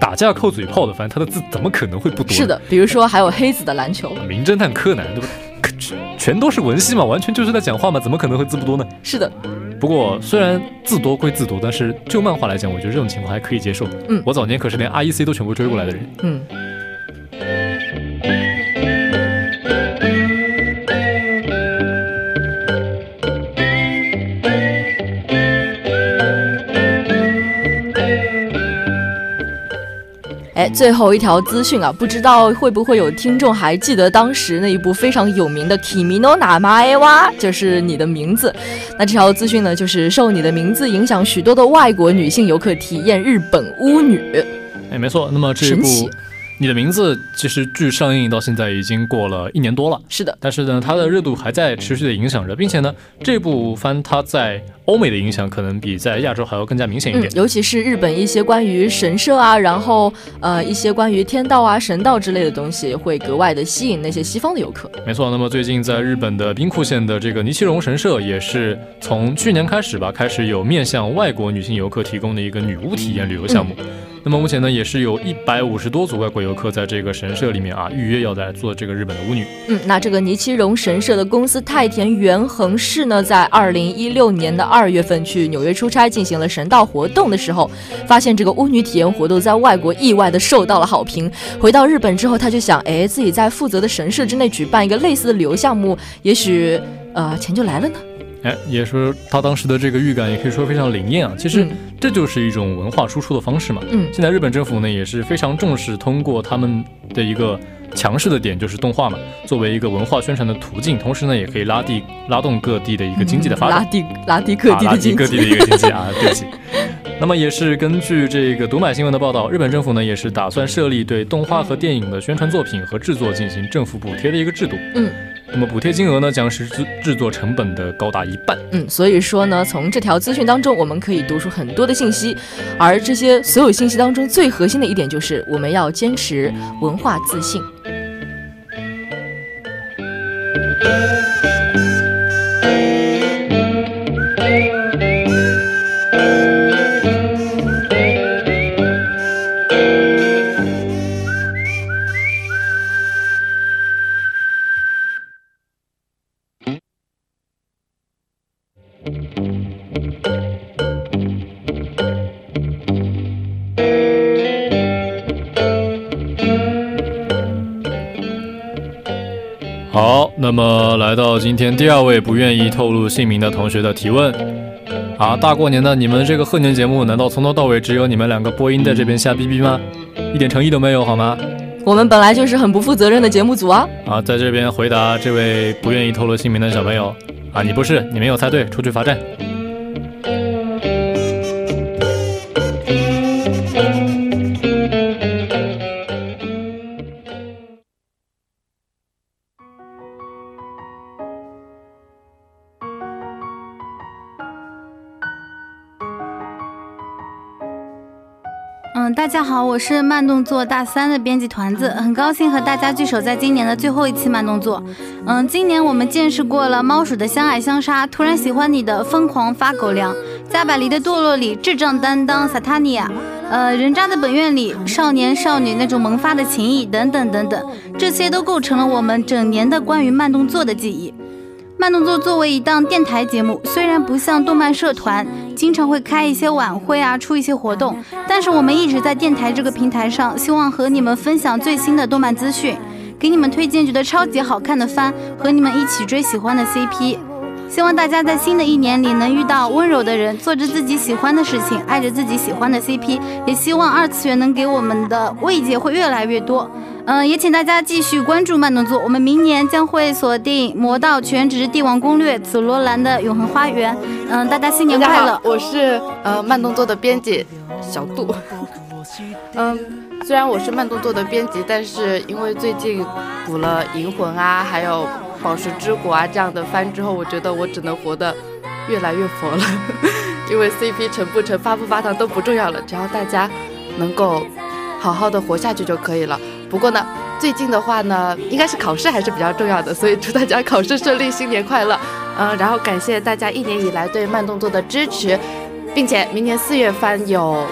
打架扣嘴炮的番，它的字怎么可能会不多？
是的，，比如说还有黑子的篮球，
《名侦探柯南》对不对？可全全都是文戏嘛，完全就是在讲话嘛，怎么可能会字不多呢？
是的，
不过虽然字多归字多，但是就漫画来讲，我觉得这种情况还可以接受。
嗯
我早年可是连 IEC 都全部追过来的人。
嗯。哎，最后一条资讯啊，不知道会不会有听众还记得当时那一部非常有名的《Kimi no n a m a e wa》，就是你的名字。那这条资讯呢，就是受你的名字影响，许多的外国女性游客体验日本巫女。
哎，没错。那么这一
神
部
奇
《你的名字》其实距上映到现在已经过了一年多了。
是的。
但是呢，它的热度还在持续的影响着，并且呢，这部番它在欧美的影响可能比在亚洲还要更加明显一
嗯
点，。
尤其是日本一些关于神社啊，然后呃一些关于天道啊、神道之类的东西，会格外的吸引那些西方的游客。
没错，那么最近在日本的兵库县的这个尼奇荣神社，也是从去年开始吧，开始有面向外国女性游客提供的一个女巫体验旅游项目。那么目前呢，也是有一百五十多组外国游客在这个神社里面啊预约要来做这个日本的巫女。
嗯，那这个尼奇荣神社的公司太田元恒氏呢，在二零一六年的二月份去纽约出差，进行了神道活动的时候，发现这个巫女体验活动在外国意外的受到了好评。回到日本之后，他就想，哎，自己在负责的神社之内举办一个类似的旅游项目，也许呃钱就来了呢。
哎，也说他当时的这个预感，也可以说非常灵验啊。其实这就是一种文化输出的方式嘛。
嗯
现在日本政府呢也是非常重视通过他们的一个强势的点，就是动画嘛，作为一个文化宣传的途径，同时呢也可以拉地拉动各地的一个经济的发展。
拉低嗯拉低各地
啊
的
拉低
经
各
济，
地的一个经济啊， 对不起。那么也是根据这个读买新闻的报道，日本政府呢也是打算设立对动画和电影的宣传作品和制作进行政府补贴的一个制度。
嗯，
那么补贴金额呢将是制制作成本的高达一半。
嗯，所以说呢，从这条资讯当中，我们可以读出很多的信息，而这些所有信息当中最核心的一点就是，我们要坚持文化自信。
好，那么来到今天第二位不愿意透露姓名的同学的提问。啊，大过年的，你们这个贺年节目难道从头到尾只有你们两个播音在这边瞎逼逼吗？一点诚意都没有好吗？
我们本来就是很不负责任的节目组啊。
啊，在这边回答这位不愿意透露姓名的小朋友啊，你不是，你没有猜对，出去罚站。
嗯，大家好，我是慢动作大三的编辑团子，很高兴和大家聚首在今年的最后一期慢动作。嗯，今年我们见识过了猫鼠的相爱相杀，突然喜欢你的疯狂发狗粮，加百利的堕落里智障担当萨塔尼亚，呃，人渣的本愿里少年少女那种萌发的情谊等等等等，这些都构成了我们整年的关于慢动作的记忆。慢动作作为一档电台节目，虽然不像动漫社团经常会开一些晚会啊，出一些活动，但是我们一直在电台这个平台上，希望和你们分享最新的动漫资讯，给你们推荐觉得超级好看的番，和你们一起追喜欢的 CP。希望大家在新的一年里能遇到温柔的人，做着自己喜欢的事情，爱着自己喜欢的 CP。也希望二次元能给我们的慰藉会越来越多。嗯，也请大家继续关注慢动作，我们明年将会锁定《魔道全职帝王攻略》《紫罗兰的永恒花园》。嗯，大家新年快乐！
我是呃慢动作的编辑小杜。 嗯，虽然我是慢动作的编辑，但是因为最近补了《银魂》啊，还有《宝石之国啊》啊这样的番之后，我觉得我只能活得越来越佛了，因为 CP 成不成、发不发糖都不重要了，只要大家能够好好的活下去就可以了。不过呢，最近的话呢，应该是考试还是比较重要的，所以祝大家考试顺利，新年快乐。嗯，然后感谢大家一年以来对慢动作的支持，并且明年四月番有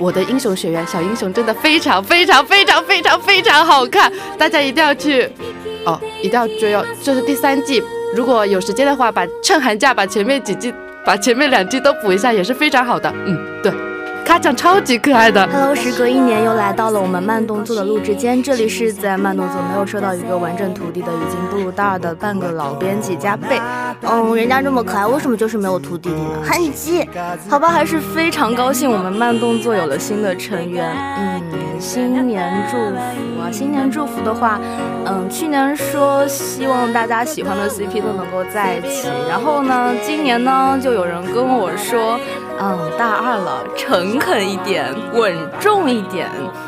我的英雄学院小英雄，真的非常非常非常非常非常好看，大家一定要去哦，一定要追哦。这、就是第三季，如果有时间的话，把趁寒假把前面几季、把前面两季都补一下，也是非常好的。嗯，对。卡酱超级可爱的。
Hello，时隔一年又来到了我们慢动作的录制间，这里是在慢动作没有收到一个完整徒弟的，已经步入大二的半个老编辑加倍。嗯，人家这么可爱，为什么就是没有徒弟呢？憨鸡，好吧，还是非常高兴我们慢动作有了新的成员。嗯，新年祝福啊，新年祝福的话，嗯，去年说希望大家喜欢的 CP 都能够在一起，然后呢，今年呢就有人跟我说。嗯，大二了，诚恳一点，稳重一点。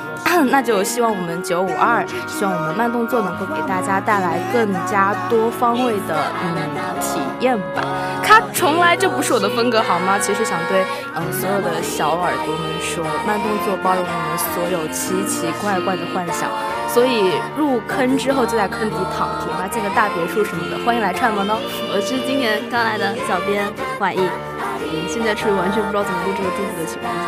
那就希望我们九五二，希望我们慢动作能够给大家带来更加多方位的嗯体验吧。它从来就不是我的风格，好吗？其实想对嗯所有的小耳朵们说，慢动作包容我们所有奇奇怪怪的幻想，所以入坑之后就在坑底躺平啊，建个大别墅什么的，欢迎来串门哦。
我是今年刚来的小编婉意，嗯，现在处于完全不知道怎么录这个肚子的情况下。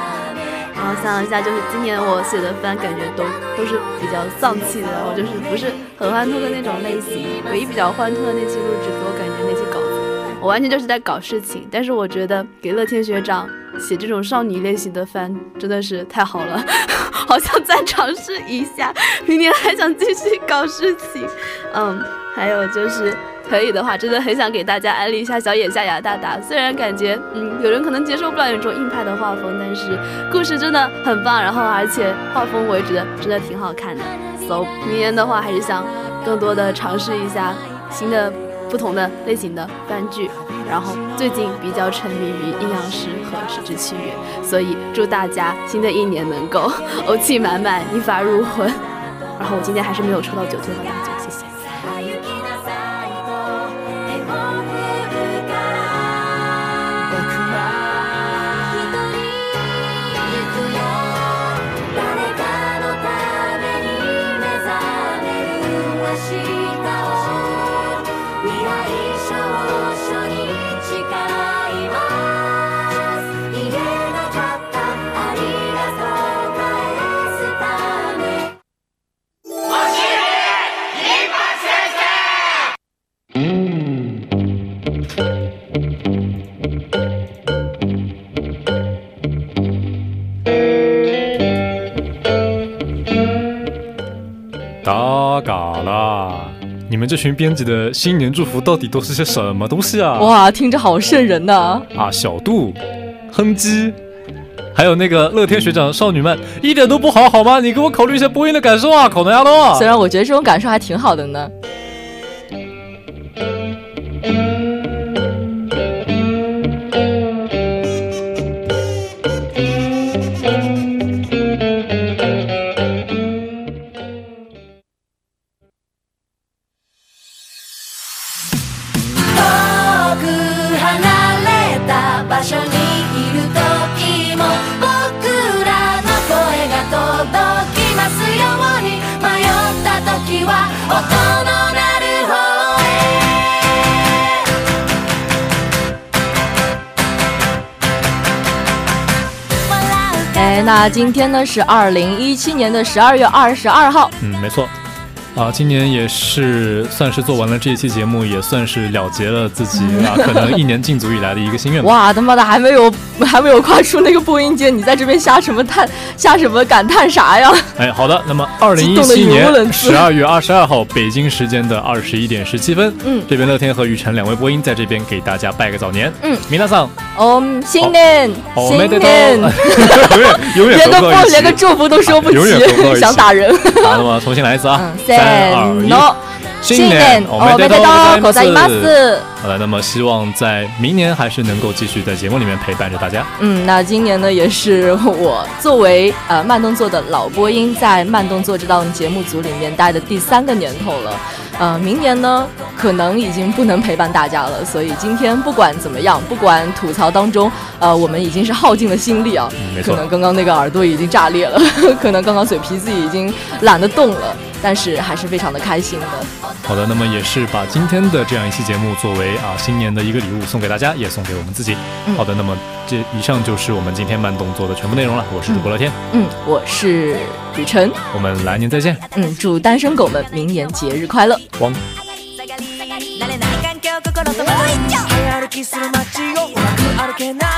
然后想了一下，就是今年我写的番感觉都都是比较丧气的，然后就是不是很欢脱的那种类型。唯一比较欢脱的那期录制，给我感觉那期稿子，我完全就是在搞事情。但是我觉得给乐天学长写这种少女类型的番真的是太好了，好想再尝试一下，明年还想继续搞事情。嗯，还有就是。可以的话，真的很想给大家安利一下小野夏雅大大。虽然感觉，嗯，有人可能接受不了那种硬派的画风，但是故事真的很棒。然后，而且画风我也觉得真的挺好看的。So，明年的话还是想更多的尝试一下新的、不同的类型的番剧。然后最近比较沉迷于《阴阳师》和《十之契约》，所以祝大家新的一年能够 欧气满满，一发入魂。然后我今天还是没有抽到九天的大奖，谢谢。
这群编辑的新年祝福到底都是些什么东西啊？
哇，听着好瘆人呐、
啊！啊，小杜、哼鸡，还有那个乐天学长、少女们，一点都不好，好吗？你给我考虑一下播音的感受啊，口头丫头。
虽然我觉得这种感受还挺好的呢。
場所にいる時も僕らの声
哎，那今天呢是二零一七年的十二月二十二号。
嗯，没错。啊，今年也是算是做完了这一期节目，也算是了结了自己啊，可能一年禁足以来的一个心愿吧。
嗯哇，他妈的还没有还没有跨出那个播音阶，你在这边瞎什么叹瞎什么感叹啥呀？
哎，好的，那么二零一七年十二月二十二号北京时间的二十一点十七分，嗯，这边乐天和雨辰两位播音在这边给大家拜个早年，嗯，米娜桑，
哦，新年，
哦、
新年，
永远
连个
不
连个祝福都说不齐，想打人。
好，那么重新来一次啊，
嗯、三。
の新年
おめでとうございます。
好了，那么希望在明年还是能够继续在节目里面陪伴着大家。
嗯，那今年呢，也是我作为呃慢动作的老播音，在慢动作这档节目组里面待的第三个年头了。呃，明年呢，可能已经不能陪伴大家了，所以今天不管怎么样，不管吐槽当中，呃，我们已经是耗尽了心力啊。
嗯、没
可能刚刚那个耳朵已经炸裂了， 可能刚刚嘴皮子已经懒得动了，但是还是非常的开心的。
好的，那么也是把今天的这样一期节目作为啊新年的一个礼物送给大家，也送给我们自己。
嗯、
好的，那么这以上就是我们今天慢动作的全部内容了。我是主播乐天，
嗯，我是雨辰，
我们来年再见。
嗯，祝单身狗们明年节日快乐。
汪。
歩きする街をうまく歩けない